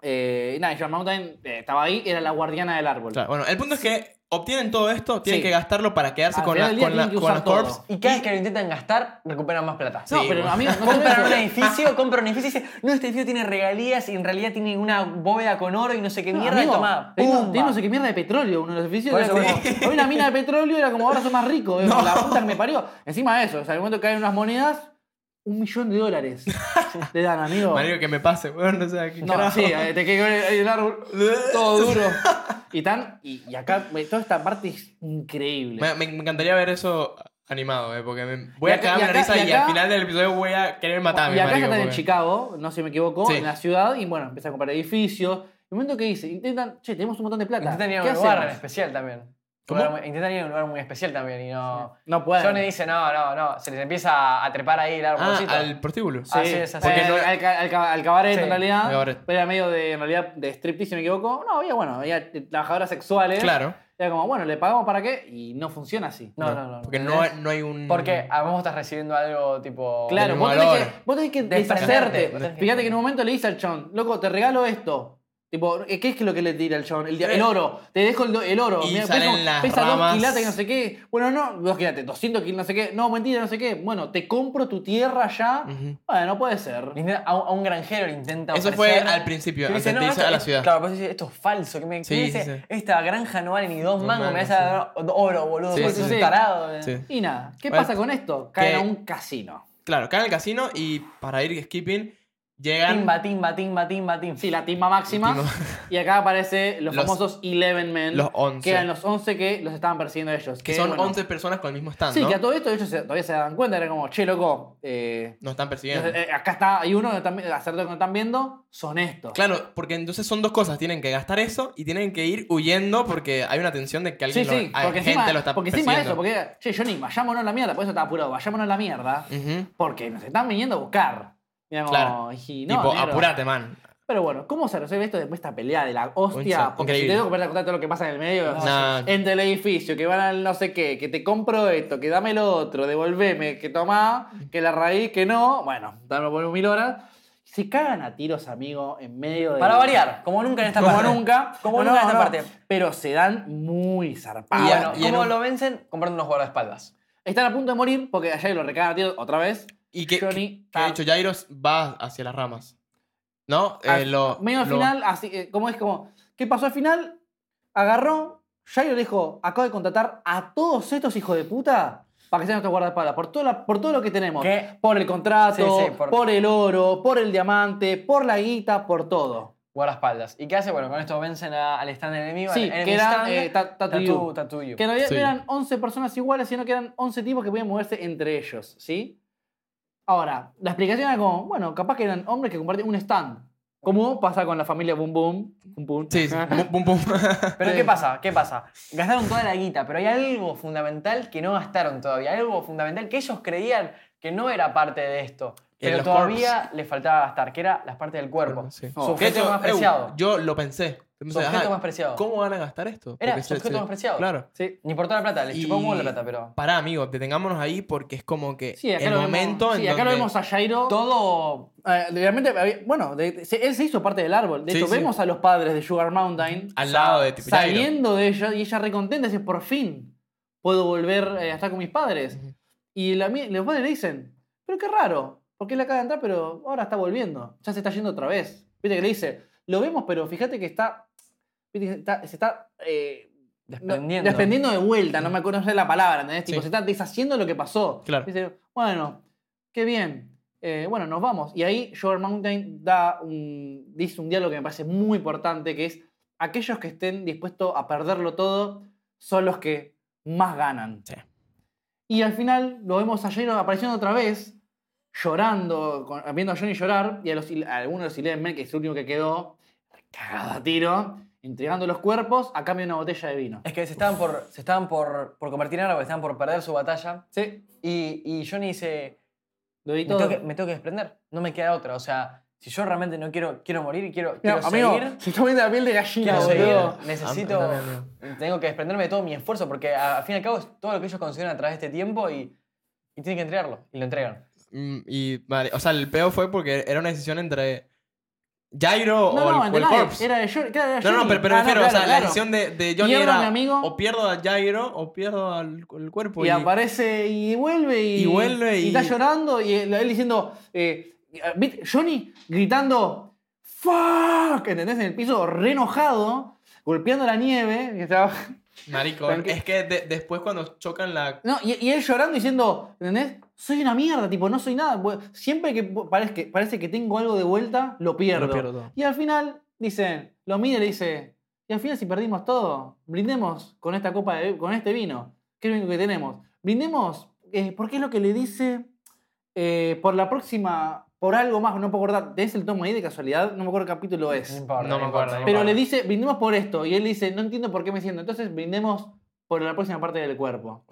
B: Eh, y nada, John Mountain eh, estaba ahí, era la guardiana del árbol.
A: Claro, Bueno, el punto es que obtienen todo esto, tienen
B: Sí.
A: que gastarlo para quedarse
B: Al
A: con,
B: final
A: la,
B: del día
A: con, la-
B: tienen que
A: con
B: usar
A: los
B: todo.
A: corps.
C: Y cada vez que lo intentan gastar, recuperan más plata.
B: No,
A: Sí,
B: pero
A: bueno.
B: a mí no solo
C: Compran un
B: eso.
C: edificio, compran un edificio y dicen, no, este edificio tiene regalías y en realidad tiene una bóveda con oro y no sé qué
B: No,
C: mierda. y
B: amigo,
C: toma,
B: tenía-
C: ¡pumba!
B: tenía no sé qué mierda de petróleo, uno de los edificios.
C: Por
B: Era
C: eso,
B: como, había una mina de petróleo, era como ahora son
C: [laughs]
B: más ricos. era como, La puta que me parió. Encima de eso, o sea, al momento que caen unas monedas, un millón de
C: [laughs]
B: dólares te dan, amigo.
A: Marico, que me pase, weón, no sé, qué
B: No,
A: carajo.
B: sí, eh, te quedó el árbol todo duro. Y, tan, y, y acá, eh, toda esta parte es increíble.
A: Me, me- me encantaría ver eso animado, eh, porque me- voy
B: Y
A: a
B: acá-
A: cagarme
B: y
A: la
B: acá-
A: risa y,
B: y acá-
A: al final del episodio voy a querer matarme,
B: y acá ya
A: marico,
B: están en
A: porque-
B: Chicago, no sé si me equivoco,
A: Sí.
B: en la ciudad, y bueno, empiezan a comprar edificios. Y un momento que dice, intentan, che, tenemos un montón de plata.
C: Intentan ir a
B: ¿qué
C: un lugar
B: hacemos?"
C: especial también.
A: ¿Cómo?
C: Lugar muy- Intentan ir a un lugar muy especial también y no...
B: No pueden.
C: Johnny dice, no, no, no. Se les empieza a trepar ahí el
A: Ah,
C: arbolcito.
A: al prostíbulo.
C: Ah, sí, es así.
B: porque
A: Porque no-
B: al, Eh, al ca- al ca- al cabaret
C: Sí,
B: en realidad,
A: al cabaret.
B: pero era medio de, en realidad, de striptease, si no me equivoco. No, había, bueno, había trabajadoras sexuales.
A: Claro.
B: Era como, bueno, ¿le pagamos para qué? Y no funciona así.
C: No, no, no. no.
A: Porque no, no hay un...
C: Porque
B: ah,
C: a vos estás recibiendo algo tipo...
B: Claro,
A: Del
B: vos tenés,
A: valor.
B: que, vos tenés que
C: Desprenderte,
B: deshacerte.
C: vos tenés que-
B: Fíjate que en un momento le dice al chon, loco, te regalo esto. Tipo, ¿qué es lo que le tira al chon? El, dia- el oro. Te dejo el, do- el oro.
A: Y
B: pesa,
A: salen las
B: pesa dos
A: ramas.
B: quilates que no sé qué. Bueno, no, dos quilates, 200 kilos no sé qué. No, mentira, no sé qué. Bueno, te compro tu tierra ya.
A: Ujú.
B: Bueno, no puede ser.
C: Le intenta- a, un, a un granjero le intenta
A: Eso fue
C: ofrecer-
A: al principio,
C: que
A: antes
C: dice,
A: de
C: "No,
A: irse
C: esto
A: a la
C: es-
A: ciudad".
C: Claro, pero dice, esto es falso. Que me
A: Sí,
C: que
A: sí,
C: dice,
A: sí.
C: Esta granja no vale ni dos
A: Dos
C: mangos, me
A: mangos,
C: vas a dar oro, boludo.
A: Sí,
C: vos
A: sí,
C: sos un
B: sí.
C: tarado. eh".
A: Sí.
B: Y nada, ¿qué
A: Bueno,
B: pasa con esto? Caen a
A: que-
B: un casino.
A: Claro, caen al casino y para ir skipping llegan...
C: Timba, timba, timba, timba, timba.
B: Sí, la timba máxima.
A: Timba.
B: Y acá aparece los,
A: Los-
B: famosos 11 men.
A: los 11.
B: Que eran los 11 que los estaban persiguiendo ellos.
A: que son
B: bueno,
A: 11 personas con el mismo stand,
B: Sí,
A: ¿no?
B: que a todo esto ellos se- todavía se dan cuenta, era como, che, loco, eh,
A: Nos están persiguiendo.
B: eh, acá está, hay uno, que están- acertado que no están viendo, son estos.
A: Claro, porque entonces son dos cosas. Tienen que gastar eso y tienen que ir huyendo porque hay una tensión de que
B: Sí,
A: alguien lo-
B: sí,
A: hay
B: porque
A: gente
B: encima,
A: lo está
B: porque encima de eso,
A: persiguiendo.
B: porque, era, che, Johnny, vayámonos a la mierda, por eso estaba apurado, vayámonos a la mierda,
A: Ujú.
B: porque nos están viniendo a buscar. Digamos,
A: Mm. Claro.
B: y no,
A: tipo,
B: negro.
A: apurate, man.
B: Pero bueno, ¿cómo se resuelve esto después de esta pelea de la
A: Mucho,
B: hostia? Porque si
A: increíble.
B: te tengo que poner a contar todo lo que pasa en el medio,
A: No,
B: o sea,
A: sí.
B: entre el edificio, que van al no sé qué, que te compro esto, que dame lo otro, devolveme, que tomá, que la raíz, que no, bueno, dame por mil horas. Se cagan a tiros, amigo, en medio de...
C: Para variar, como nunca en esta
B: Como
C: parte.
B: nunca.
C: Como
B: No,
C: nunca en esta
B: no,
C: parte.
B: Pero se dan muy zarpados.
C: Y
A: Y a-
C: bueno,
A: Ah, y en
C: ¿cómo
A: un-
C: lo vencen? Comprando unos guardaespaldas.
B: Están a punto de morir porque allá lo recagan a tiros otra vez.
A: Y que,
B: Johnny,
A: que de hecho Jairos va hacia las ramas. ¿No? Eh,
B: Al-
A: lo,
B: medio al
A: lo-
B: final, así, eh, como es como, ¿qué pasó al final? Agarró, Jairo le dijo, acabo de contratar a todos estos hijos de puta para que sean nuestros guardaespaldas, por, toda la- por todo lo que tenemos.
C: ¿Qué?
B: Por el contrato,
C: Sí, sí,
B: por...
C: por-
B: el oro, por el diamante, por la guita, por todo.
C: Guardaespaldas. ¿Y qué hace? Bueno, con esto vencen a- al stand enemigo.
B: Sí,
C: al enemy
B: que eran,
C: stand.
B: eh, ta- Tattoo You.
C: Tattoo- Tattoo You.
B: Que en realidad
A: Sí.
B: no eran 11 personas iguales, sino que eran 11 tipos que podían moverse entre ellos, ¿sí? Ahora, la explicación era como, bueno, capaz que eran hombres que compartían un stand. Como pasa con la familia Boom Boom. Boom Boom.
A: Sí, sí. pum, pum, pum.
C: Pero
B: Sí.
C: ¿qué pasa? ¿Qué pasa? Gastaron toda la guita, pero hay algo fundamental que no gastaron todavía, algo fundamental que ellos creían que no era parte de esto,
A: En
C: pero
A: los
C: todavía les faltaba gastar, que era las partes del cuerpo.
A: Sí.
C: Su
A: Oh. Que
C: objeto
A: eso,
C: más
A: eu,
C: preciado.
A: yo lo pensé. Pensé,
C: Su objeto
A: ajá,
C: más preciado.
A: ¿Cómo van a gastar esto?
C: Era
A: Porque
C: su
A: se-
C: objeto
A: se-
C: más preciado.
A: Claro.
B: Sí.
C: Ni por toda la plata, les
A: Y-
C: chupó un huevo la plata, pero...
A: Pará, amigo, detengámonos ahí porque es como que
B: Sí, acá
A: el
B: lo
A: momento
B: vemos,
A: en
B: sí, acá lo
A: donde-
B: vemos a Jairo.
C: Todo...
B: eh, realmente, había- bueno, de- de- se- él se hizo parte del árbol. De
A: Sí,
B: hecho,
A: sí.
B: vemos a los padres de Sugar Mountain
A: al lado de tipo Jairo.
B: saliendo de ella y ella recontenta. Dice, por fin puedo volver eh, a estar con mis padres.
A: Ujú.
B: Y la mi- los padres le dicen, pero qué raro, porque él acaba de entrar, pero ahora está volviendo. Ya se está yendo otra vez. Viste que le dice, lo vemos, pero fíjate que está. viste que está- se está. eh, no-
C: Desprendiendo.
B: desprendiendo de vuelta, no me acuerdo de la palabra, ¿entendés? Tipo,
A: Sí.
B: se está deshaciendo lo que pasó.
A: Claro.
B: Dice, bueno, qué bien. eh, bueno, nos vamos. Y ahí Sugar Mountain da un, dice un diálogo que me parece muy importante, que es, aquellos que estén dispuestos a perderlo todo son los que más ganan.
A: Sí.
B: Y al final lo vemos a Jairo apareciendo otra vez, llorando, con- viendo a Johnny llorar, y a, los, a alguno de los Eleven Men, que es el único que quedó, cagado a tiro, entregando los cuerpos a cambio de una botella de vino.
C: Es que se estaban, por, se estaban por, por convertir en árboles, estaban por perder su batalla.
B: Sí,
C: Y, y Johnny dice,
B: lo di
C: me tengo,
B: todo.
C: que, me tengo que desprender, no me queda otra. O sea, si yo realmente no quiero, quiero morir y quiero,
B: Mira,
C: quiero
B: amigo,
C: seguir...
B: se está poniendo la piel de gallina,
C: Quiero
B: boludo.
C: seguir, necesito,
A: A mí también,
C: tengo que desprenderme de todo mi esfuerzo, porque a- al fin y al cabo es todo lo que ellos consideran a través de este tiempo y, y tienen que entregarlo, y lo entregan.
A: Mm, Y vale, o sea, el peo fue porque era una decisión entre Jairo o el, o el
B: entre nadie,
A: Corpse.
B: Era de Johnny. claro, era
A: No, no,
B: Johnny.
A: pero, pero
B: Ah,
A: me refiero, o
B: claro,
A: sea, la
B: claro.
A: decisión de, de Johnny
B: Mierda,
A: era
B: mi amigo.
A: o pierdo a Jairo o pierdo al el cuerpo.
B: Y
A: y-
B: aparece y vuelve y,
A: Y vuelve y-
B: está llorando y él él diciendo, eh, ¿viste? Johnny gritando, fuck, ¿entendés? En el piso, re enojado, golpeando la nieve. y estaba- [laughs]
A: Marico,
B: Tranqui-
A: es que de- después cuando chocan la...
B: No, y, y él llorando diciendo, ¿entendés? Soy una mierda, tipo, no soy nada. Bu- Siempre que parece que, parece que tengo algo de vuelta, lo pierdo.
A: Lo pierdo todo.
B: Y al final, dice, lo mira y le dice, y al final si perdimos todo, brindemos con esta copa, de, con este vino, que es lo único que tenemos. Brindemos eh, ¿por qué es lo que le dice eh, por la próxima, por algo más, no puedo acordar, ¿tenés el tomo ahí de casualidad? No me acuerdo qué capítulo es.
C: importa,
A: No me acuerdo, no me
B: Pero
A: Vale.
B: le dice, brindemos por esto. Y él dice, no entiendo por qué me siento. Entonces, brindemos por la próxima parte del cuerpo.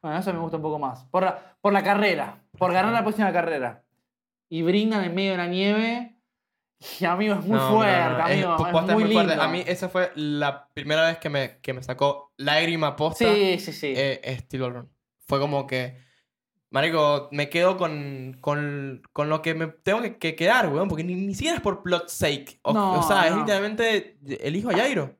B: Bueno, eso me gusta un poco más. Por la, por la carrera. Por ganar la próxima carrera. Y brindan en medio de la nieve. Y amigo, es muy
A: No, no,
B: fuerte,
A: no, no. Es-
B: amigo.
A: po-
B: Es,
A: posta es
B: muy,
A: fuerte.
B: lindo.
A: A mí esa fue la primera vez que me, que me sacó lágrima posta
B: Sí, sí, sí.
A: eh, estilo Run. Fue como que, marico, me quedo con, con, con lo que me tengo que, que quedar, weón, porque ni, ni siquiera es por plot sake. O,
B: No,
A: o sea, es
B: no.
A: literalmente elijo a Jairo.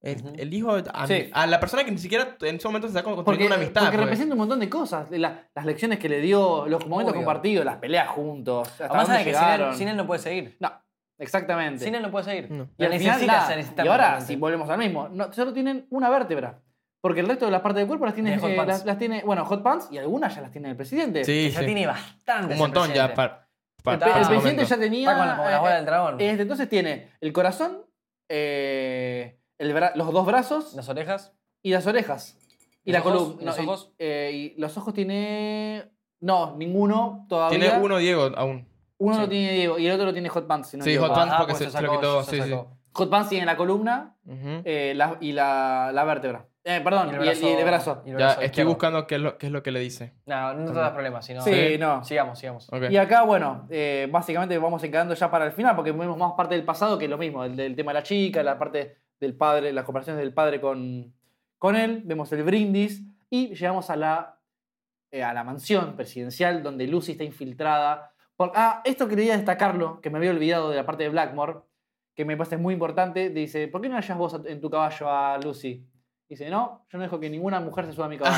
A: El,
C: Ujú.
A: Elijo a,
B: Sí.
A: a la persona que ni siquiera en ese momento se está construyendo
B: porque,
A: una amistad.
B: porque
A: pues.
B: representa un montón de cosas. La- las lecciones que le dio, los momentos
C: Obvio.
B: compartidos, las peleas juntos. Hasta
C: Además,
B: dónde
C: sabe que sin él,
B: llegaron.
C: sin él no puede seguir.
B: No, exactamente.
C: Sin él no puede seguir.
A: No.
B: Y, al
C: Lo
B: final,
C: necesita,
B: nada.
C: se necesita
B: y ahora,
C: mentalmente.
B: si volvemos al mismo, no, solo tienen una vértebra. Porque el resto de las partes del cuerpo las tiene,
C: Tiene hot
B: eh,
C: pants.
B: las, las tiene bueno, hot pants y algunas ya las tiene el presidente.
A: Sí,
C: Ya
A: sí.
C: tiene bastante.
A: un montón ya para, para-
C: Está-
B: Pe-
A: para
B: el
A: ese
B: presidente
A: momento.
B: ya tenía.
C: Está con la, como la bola del dragón.
B: eh, este, entonces tiene el corazón, eh, el bra- los dos brazos
C: Las orejas.
B: y las orejas. Y
C: ¿Los
B: la
C: ojos?
B: columna.
C: ¿Y los
B: no, y-
C: ojos?
B: eh, y los ojos tiene. No, ninguno todavía.
A: Tiene uno Diego aún.
B: Uno
C: Sí.
B: lo tiene Diego y el otro lo tiene Hot Pants. si no
A: Sí,
B: equivoco.
A: Hot Pants
C: Ah,
A: porque
C: pues
A: se-
C: eso
A: se lo
C: sacó,
A: quitó,
C: eso
A: sí, sí.
C: sacó.
B: Hot Pants tiene la columna
A: Ujú.
B: eh, la- y la, la vértebra. Eh, perdón, y el y el brazo.
C: y el
A: ya
C: brazo
A: estoy
C: izquierdo.
A: buscando qué es, lo, qué es lo que le dice.
C: No, no te das problemas, sino.
B: Sí, no.
C: Sigamos, sigamos.
A: Ok.
B: Y acá, bueno, eh, básicamente vamos encarando ya para el final porque vemos más parte del pasado que lo mismo, el del tema de la chica, la parte del padre, las comparaciones del padre con, con él, vemos el brindis y llegamos a la, eh, a la mansión presidencial donde Lucy está infiltrada. Por, ah, esto quería destacarlo, que me había olvidado de la parte de Blackmore, que me parece muy importante. Dice, ¿por qué no hallas vos a- en tu caballo a Lucy? Dice, no, yo no dejo que ninguna mujer se suba a mi caballo.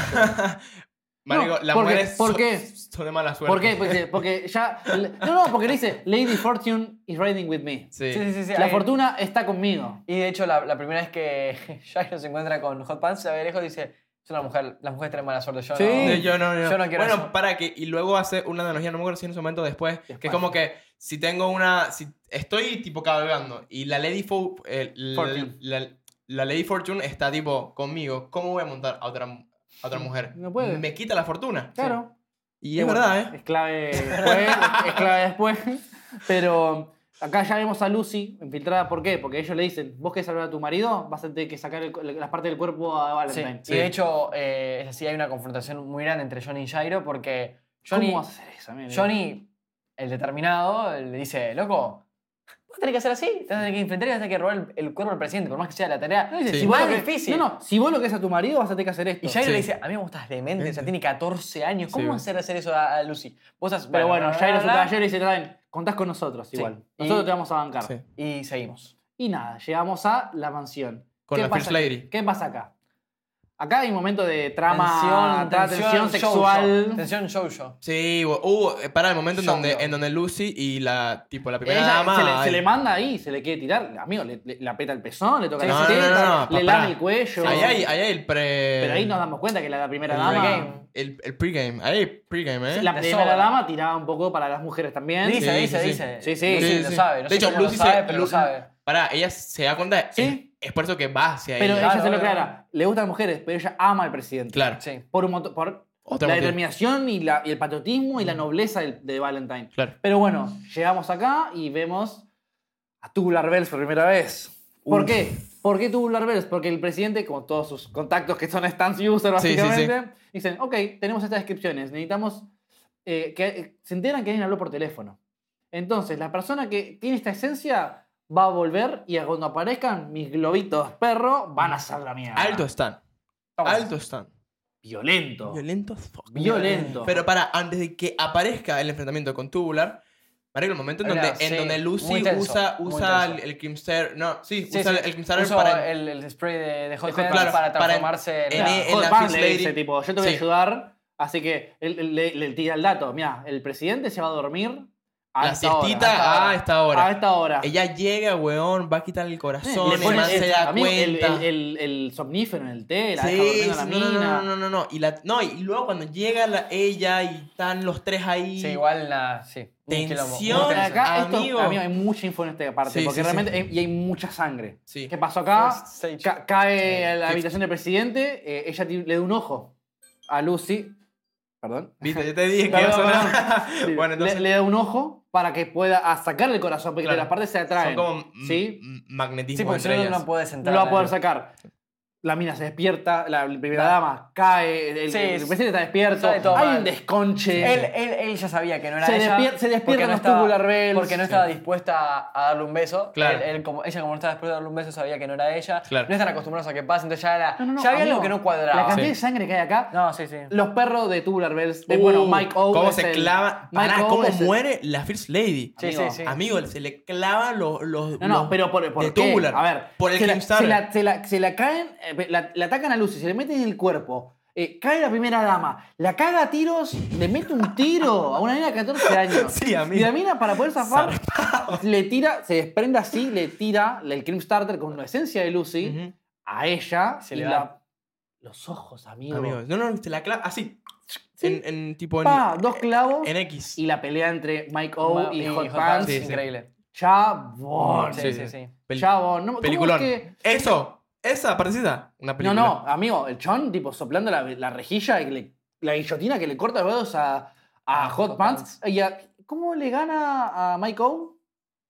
A: Marico,
B: No,
A: las
B: ¿por qué?
A: mujeres
B: ¿Por
A: son- [laughs]
B: qué?
A: son de mala suerte.
B: ¿Por qué? Pues, Porque, porque ya. No, no, porque le dice: Lady Fortune is riding with me.
A: Sí.
C: Sí, sí, sí. sí,
B: La
C: ahí-
B: fortuna está conmigo.
C: Y de hecho, la, la primera vez que Jairo se encuentra con Hot Pants, se ve lejos y dice: Es una mujer, las mujeres tienen mala suerte. Yo
B: Sí.
C: no.
A: Sí, yo no,
C: Yo no quiero
A: Bueno,
C: eso.
A: para que. Y luego hace una analogía, no me acuerdo si en ese momento después, que
B: Después.
A: es como que si tengo una. Si estoy tipo cabalgando y la Lady Fo- eh, la-
B: Fortune.
A: La, la Lady Fortune está tipo conmigo, ¿cómo voy a montar a otra, a otra mujer?
B: No puede.
A: Me quita la fortuna.
B: Claro.
A: Y es verdad, ¿eh? [laughs]
B: Es clave después. es clave después. Pero um, acá ya vemos a Lucy infiltrada. ¿Por qué? Porque ellos le dicen: Vos querés salvar a tu marido, vas a tener que sacar el- las partes del cuerpo a
C: Sí.
B: Valentine.
A: Sí.
C: Y de hecho, eh, es así, hay una confrontación muy grande entre Johnny y Jairo porque
B: ¿Cómo
C: Johnny,
B: vas a hacer eso, amigo?
C: Johnny el determinado, le dice, loco, vas a tener que hacer así, te vas a tener que enfrentar y vas a tener que robar el, el cuerpo del presidente, por más que sea la tarea
B: No, dice,
A: Sí.
B: si vos
C: más
B: lo que-
C: difícil.
B: No, no, si vos lo que es a tu marido, vas a tener que hacer esto.
C: Y Jairo
A: Sí.
C: le dice, a mí me gustas demente, o sea,
A: Demente.
C: tiene 14 años, ¿cómo
A: Sí.
C: vas a hacer hacer eso a, a Lucy? Vos estás-
B: Pero bueno,
C: bla, bla,
B: Jairo
C: bla,
B: es un
C: bla,
B: caballero y dice: "Traen, Contás con nosotros
C: Sí.
B: igual.
C: Y-
B: Nosotros te vamos a bancar.
A: Sí.
C: Y seguimos.
B: Y nada, llegamos a la mansión.
A: Con
B: ¿Qué
A: la
B: pasa
A: First
B: aquí?
A: Lady.
B: ¿Qué pasa acá? Acá hay un momento de trama, tra- tensión,
C: show,
B: sexual.
C: show. Tensión show-show.
A: Sí, hubo- hubo- eh, para el momento en
C: Yo
A: donde,
C: no.
A: en donde Lucy y la tipo la primera
B: Ella
A: dama.
B: se le, se
A: ay,
B: le manda ahí, se le quiere tirar. Amigo, le, le- le aprieta el pezón, le toca
C: Sí,
B: la
A: no, no, no,
B: teta,
A: no, no,
B: le
A: pará.
B: lame el cuello.
A: Ahí hay, ahí hay el pre.
B: Pero ahí nos damos cuenta que la, la primera
C: El
B: dama.
C: pregame.
A: El, el pregame. Ahí hay pregame, ¿eh?
B: La
C: De
B: primera
C: sobra.
B: dama tiraba un poco para las mujeres también.
C: Dice,
A: Sí,
C: dice,
A: sí, sí.
C: dice.
B: Sí, sí.
C: Lucy
A: Sí,
C: lo
A: sí.
C: sabe,
A: De
C: no sé
A: hecho,
C: cómo lo
A: Lucy
C: sabe,
A: se-
C: pero lo
A: Lu-
C: sabe.
A: Pará, ella se da cuenta.
B: Sí.
A: Es por eso que va hacia
B: Pero
A: ella.
B: ella
C: Claro,
B: se lo
C: claro.
B: aclara. Le gustan las mujeres, pero ella ama al presidente.
A: Claro.
C: Sí.
B: Por, un moto- por
A: Otro motivo.
B: la determinación y, la, y el patriotismo y la nobleza del- de Valentine.
A: Claro.
B: Pero bueno, llegamos acá y vemos a Tubular Bells por primera vez. ¿Por
A: Uf.
B: qué? ¿Por qué Tubular Bells? Porque el presidente, con todos sus contactos que son stance user
A: Sí, sí, sí.
B: básicamente, dicen, ok, tenemos estas descripciones, necesitamos eh, que eh, se enteran que alguien habló por teléfono. Entonces, la persona que tiene esta esencia va a volver y cuando aparezcan mis globitos perro van a ser la mierda.
A: Alto están.
C: Vamos.
A: Alto están.
B: Violento.
A: Violento as fuck.
B: Violento.
A: Pero para, antes de que aparezca el enfrentamiento con Tubular, Marico, el momento en
C: Mira,
A: donde, en
C: sí,
A: donde Lucy
C: muy tenso,
A: usa,
C: muy
A: usa el,
C: tenso.
A: el Crimster. No, sí,
C: Sí,
A: usa
C: sí.
A: el, el Crimster
C: Usó
A: para.
C: el, el spray de, de hot
A: Hot
C: pants
A: Pants.
C: para
A: Para-
C: transformarse en,
A: en-
C: la-
A: en-
B: Hot
A: la
B: Pants
A: Fist
B: le
A: Lady.
B: dice, tipo, yo te voy a
A: Sí.
B: ayudar. Así que él- él- le, le tira el dato. Mira, el presidente se va a dormir a
A: La
B: esta hora,
A: siestita a esta hora.
B: A esta hora.
A: Ella llega, weón, va a quitar el corazón,
B: Ah, Le
A: el
B: pone
A: man se da
B: amigo, el,
A: cuenta.
B: el- el- el somnífero en el té, la deja
A: Sí,
B: durmiendo la
A: sí, no, no,
B: mina.
A: no, no, no, no. Y, la, no, y luego cuando llega la, ella y están los tres ahí.
C: Sí, igual la. Sí. un
A: Tensión.
C: quilombo, muy tenso.
B: Acá, esto-
A: Amigo.
B: amigo, hay mucha info en esta parte,
A: Sí,
B: porque
A: sí, sí.
B: realmente hay- y hay mucha sangre.
A: Sí.
B: ¿Qué pasó acá?
C: First stage.
B: Ca- cae a la
A: Sí.
B: habitación del presidente, eh, ella ti- le da un ojo a Lucy Perdón.
A: Viste, yo te dije que
B: Perdón,
A: iba a sonar. [laughs]
B: perdón. Sí.
A: Bueno, entonces-
B: le, le da un ojo para que pueda a sacar el corazón, porque
A: Claro.
B: las partes se
A: Son
B: atraen.
A: como
B: ¿Sí?
A: ¿Sí?
C: Sí,
A: magnetismo
C: porque si
A: entre
C: no,
A: ellas.
C: no puede
B: No
C: sentar.
B: lo va a poder sacar. La mina se despierta, la primera dama cae, el, el-
C: Sí,
B: el
C: sí.
B: presidente está despierto,
C: Sale todo
B: hay
C: mal.
B: un desconche.
C: Él, él, él ya sabía que no era
B: Se
C: ella.
B: despier- se despiertan
C: porque
B: los tubular bells.
C: Porque no estaba dispuesta a darle un beso.
A: Claro.
C: Él- él como, ella, como no estaba dispuesta a darle un beso, sabía que no era ella.
A: Claro.
C: No están acostumbrados a que pase, entonces ya, era,
B: No, no, no,
C: ya había
B: amigo,
C: algo que no
B: La
C: cuadraba.
B: cantidad
A: Sí.
B: de sangre que hay acá.
C: No, sí, sí.
B: Los perros de Tubular Bells. de-
A: Uh,
B: bueno, Mike Owen.
A: ¿Cómo
B: es
A: se
B: el-
A: clava?
B: Mike
A: Pará,
B: Owen
A: ¿Cómo
B: es el-
A: muere la First Lady?
C: Sí,
B: amigo.
C: sí, sí.
A: Amigo, se le clava los. los
B: No, no,
A: los
B: pero por, por
A: de
B: qué?
A: Tubular.
B: A ver,
A: Por el
B: se, la, se,
A: Kickstarter.
B: la, se, la, se la caen, eh, la, la atacan a Lucy, se le meten en el cuerpo. Eh, cae la primera dama, la caga a tiros, le mete un tiro a una nena de
A: [laughs]
B: 14 años.
A: [laughs] Sí, amigo.
B: Y la mina, para poder zafar, le tira, se desprende así, le tira el Starter con la esencia de Lucy
A: Ujú.
B: a ella.
C: Se
B: y
C: le
B: la-
C: da.
B: los ojos, amigo.
A: Amigo, no, no, se la clava así.
B: Sí.
A: En, en tipo. En,
B: Pa, dos clavos.
A: en X.
B: y la pelea entre Mike O y, Hot Pants.
C: Pants,
A: Sí, sí.
C: increíble.
B: Chabón.
C: Sí, sí,
A: sí.
C: sí.
A: Peli-
B: Chabón. No, ¿cómo
A: Peliculón.
B: es que-
A: Eso, esa parecida. Una
B: No,
A: película.
B: no, amigo, el chon, tipo, soplando la, la rejilla, y que le- la guillotina que le corta los dedos a, a
C: Ah,
B: Hot
C: Hot
B: Pants. Y a- ¿Cómo le gana a Mike O?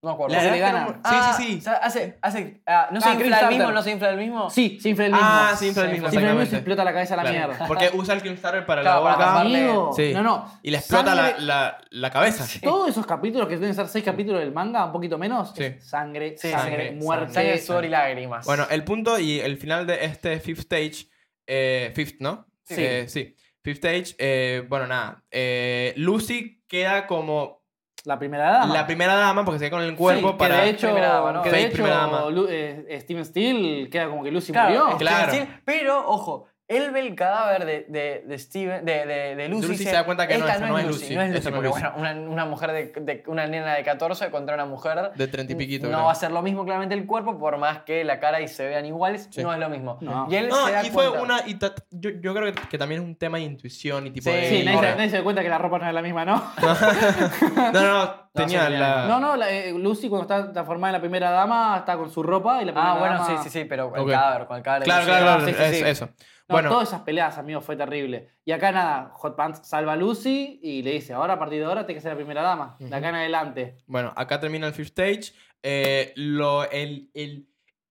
C: No me acuerdo.
A: La
B: Se
A: de
B: le gana.
A: Sí,
C: Ah,
A: sí, sí.
C: o sea, hace, hace, ah, ¿No se
B: Ah,
C: infla el
B: Kickstarter.
C: mismo? ¿No se infla el mismo?
B: Sí, se infla el mismo.
A: Ah, sí, infla el
C: Sí,
A: mismo,
B: Se infla el mismo y
A: exactamente.
B: se explota la cabeza a la
A: Claro, [laughs]
B: mierda.
A: Porque usa el Kickstarter para
C: Claro,
A: la
C: para
A: boca
C: taparle.
B: Amigo,
A: Sí.
B: no, no.
A: y le explota la,
B: Sangre-
A: la- la cabeza.
B: Todos esos capítulos que deben ser seis capítulos del manga, un poquito menos,
A: Sí.
B: es sangre,
C: Sí,
B: sangre,
A: sangre,
B: muerte.
C: Sangre, sudor y lágrimas.
A: Bueno, el punto y el final de este Fifth Stage, eh, Fifth, ¿no?
C: Sí.
A: Eh, sí. Fifth Stage, eh, bueno, nada. Eh, Lucy queda como
B: La primera dama.
A: la primera dama porque se queda con el cuerpo
B: Sí,
A: para...
B: que de hecho,
C: Primera dama, ¿no?
B: que de
A: Fake
B: hecho,
A: primera dama.
B: Lu- eh, Steven Steele queda como que Lucy
C: claro,
B: murió.
C: este,
A: Claro.
C: sí, pero, ojo, él ve el cadáver de, de, de Steven, de, de, de Lucy.
A: Lucy
C: y
A: se
C: dice,
A: da cuenta que no,
C: "Esta
A: esta
C: no, es Lucy. No es Lucy,
A: esta no es
C: porque,
A: Lucy".
C: bueno, una, una mujer de, de- una nena de 14 contra una mujer
A: De treinta y piquito.
C: No
A: creo.
C: va a ser lo mismo, claramente, el cuerpo, por más que la cara y se vean iguales,
A: Sí.
C: no es lo mismo.
B: No.
C: Y él
A: No,
C: se da
A: y fue
C: cuenta.
A: una... y ta- yo, yo creo que, que también es un tema de intuición y tipo
C: Sí,
A: de...
B: Sí, nadie, se-
A: Ahora. [laughs]
B: nadie se da cuenta que la ropa no es la misma, ¿no?
A: no, no, no, tenía
C: sí,
A: la...
B: No, no, la- eh, Lucy cuando está transformada en la primera dama está con su ropa y la primera
C: Ah, bueno,
B: dama-
C: sí, sí, sí, pero con
A: Ok.
C: el cadáver, con el cadáver. de
A: Claro,
C: Lucy.
A: claro,
B: Ah,
A: claro,
B: sí, sí,
A: es-
B: sí.
A: eso.
B: No,
A: bueno,
B: todas esas peleas, amigos, fue terrible. Y acá nada, Hot Pants salva a Lucy y le dice, ahora a partir de ahora tienes que ser la primera dama. De acá en adelante.
A: Bueno, acá termina el fifth stage. Eh, lo, el, el-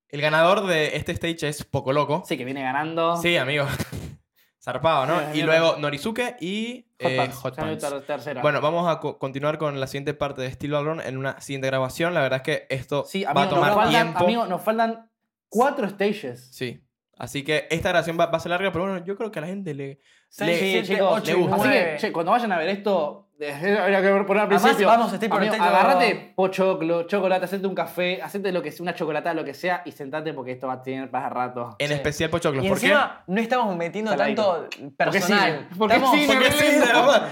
A: el ganador de este stage es Poco Loco.
B: Sí, que viene ganando.
A: Sí, amigo. [laughs] Zarpado, ¿no?
B: Sí,
A: y
B: mierda.
A: luego Norizuke y
B: Hot
A: eh,
B: Pants.
A: Hot
B: ya
A: Pants.
B: ter- tercera.
A: Bueno, vamos a co- continuar con la siguiente parte de Steel Ballroom en una siguiente grabación. La verdad es que esto
B: sí,
A: va
B: amigo,
A: a
B: nos
A: tomar
B: faltan,
A: tiempo.
B: amigo, nos faltan cuatro stages.
A: Sí. Así que esta grabación va, va a ser larga, pero bueno, yo creo que a la gente le.
C: Seis,
A: le-
C: siete,
B: chicos,
A: le
C: ocho y
A: gusta.
B: Así que,
C: nueve.
B: che, cuando vayan a ver esto, eh, [laughs] habría que poner al
C: Además,
B: principio.
C: vamos, estoy por
B: Amigo,
C: el techo.
B: Agarrate pochoclo, chocolate, hacete un café, hacete lo que sea, una chocolatada, lo que sea, y sentate porque esto va a tener para rato.
A: En
C: Sí.
A: especial Pochoclos.
C: Y
A: ¿Por
C: encima no estamos metiendo
B: Saladito.
C: tanto
B: Porque
C: personal.
B: sí, porque
C: Estamos-
A: qué?
B: sí,
A: Porque sí,
B: relento.
A: drama.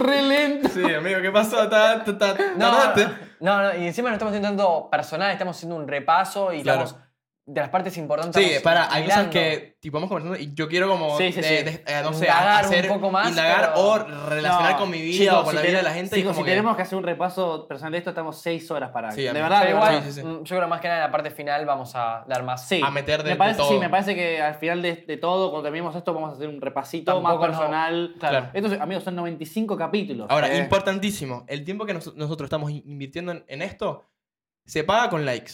B: [laughs] Re lento.
A: Sí, amigo, ¿qué pasó? Ta- ta- ta-
C: No, no,
A: tardaste.
C: no, no, y encima no estamos haciendo tanto personal, estamos haciendo un repaso y
A: Claro.
C: estamos de las partes importantes.
A: Sí,
C: estamos
A: para, hay cosas
C: hilando.
A: que tipo, vamos conversando y yo quiero como,
B: Sí, sí,
A: de-
B: sí.
A: de- eh, no sé,
C: Indagar un
A: hacer,
C: poco más,
A: indagar
C: pero-
A: o relacionar
B: No,
A: con mi vida
B: chicos,
A: o con
B: si
A: la
B: te-
A: vida de la gente. y
B: chicos,
A: como
B: si
A: que-
B: tenemos que hacer un repaso personal de esto, estamos seis horas para.
A: Sí,
B: de
A: amigo.
B: verdad,
C: Pero
B: de
C: igual,
B: verdad.
A: sí, sí.
C: mm, yo creo más que nada en la parte final vamos a dar más.
B: Sí.
A: A meter de-
B: me
A: de
B: parece,
A: todo.
B: Sí, me parece que al final de, de todo, cuando terminemos esto, vamos a hacer un repasito
C: Tampoco
B: más personal.
C: no- claro.
B: Entonces, amigos, son 95 capítulos.
A: Ahora,
B: Eh.
A: importantísimo, el tiempo que nos- nosotros estamos in- invirtiendo en, en esto se paga con likes.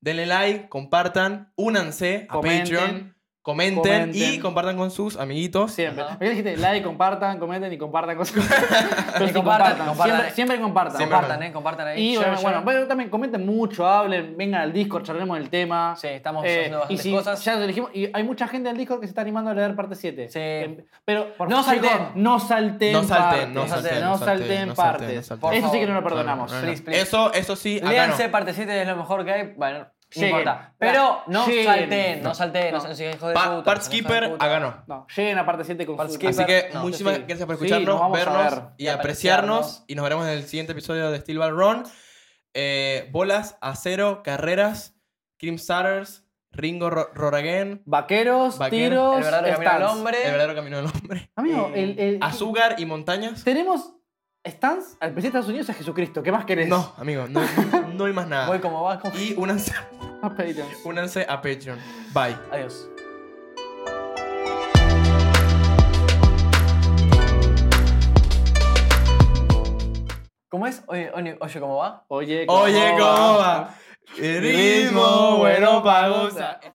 A: Denle like, compartan, únanse a
B: Comenten.
A: Patreon, comenten, y
B: Comenten.
A: compartan con sus amiguitos.
B: Siempre.
C: Ajá.
B: ¿Por qué dijiste like, compartan, comenten y compartan cosas?
C: [laughs]
B: Pero sí,
C: Y compartan, compartan.
B: Siempre, siempre compartan.
A: Siempre
C: Compartan, eh, compartan ahí.
B: Y
C: Yo-
B: bueno,
C: yo-
B: bueno, bueno, también comenten mucho, hablen, vengan al Discord, charlemos del tema.
C: sí, estamos
B: Eh,
C: haciendo
B: y
C: bastantes
B: si
C: cosas.
B: ya lo dijimos, y hay mucha gente en el Discord que se está animando a leer parte 7.
C: Sí.
B: Pero por
C: No
B: favor,
C: salten.
B: chicos, no salten.
A: No salten,
B: partes.
A: no salten, no
B: No
A: salten,
B: salten
A: no salten,
B: partes.
A: no salten.
B: Eso sí
C: Por
B: que no lo
C: favor.
B: perdonamos.
A: No, no, no.
C: Please, please.
A: Eso, eso sí, acá no.
C: Léanse parte 7, es lo mejor que hay. Bueno, no
B: Lleguen.
C: importa.
B: Claro,
C: Pero no
B: lleguen.
C: salten, no salten, no
B: No.
C: sean hijos de
A: Pa- part
C: puta. no sean hijos de
A: skipper,
C: puta.
A: acá no.
B: No, lleguen a parte 7 con
C: Part
B: su-
C: skipper,
A: Así que
C: no,
A: muchísimas
B: pues sí.
A: gracias por
B: Sí,
A: escucharnos,
B: nos vamos a
A: vernos
B: ver.
A: y
C: Y
A: apreciarnos.
C: apreciarnos.
A: Y nos veremos en el siguiente episodio de Steel Ball Run. Eh, bolas, acero, carreras, Cream Starters, Ringo Ro- Roragen,
B: Vaqueros,
A: Vaquero.
B: tiros,
C: El verdadero camino al
B: stands.
A: el
C: hombre.
A: verdadero camino del
B: [laughs]
A: hombre,
B: Amigo, el, el-
A: azúcar y montañas.
B: tenemos stands al presidente de Estados Unidos a Jesucristo. ¿Qué más querés?
A: No, amigo, no, no hay más
C: Voy
A: nada.
C: como va. como-
A: Y únanse,
B: [laughs] Más pedidos.
A: únanse a Patreon. Bye.
C: Adiós. ¿Cómo es? Oye, oye, oye, ¿cómo va? Oh,
B: Oye,
A: Oye,
B: ¿cómo
A: ¿cómo
B: va?
A: va? El ritmo bueno para gozar.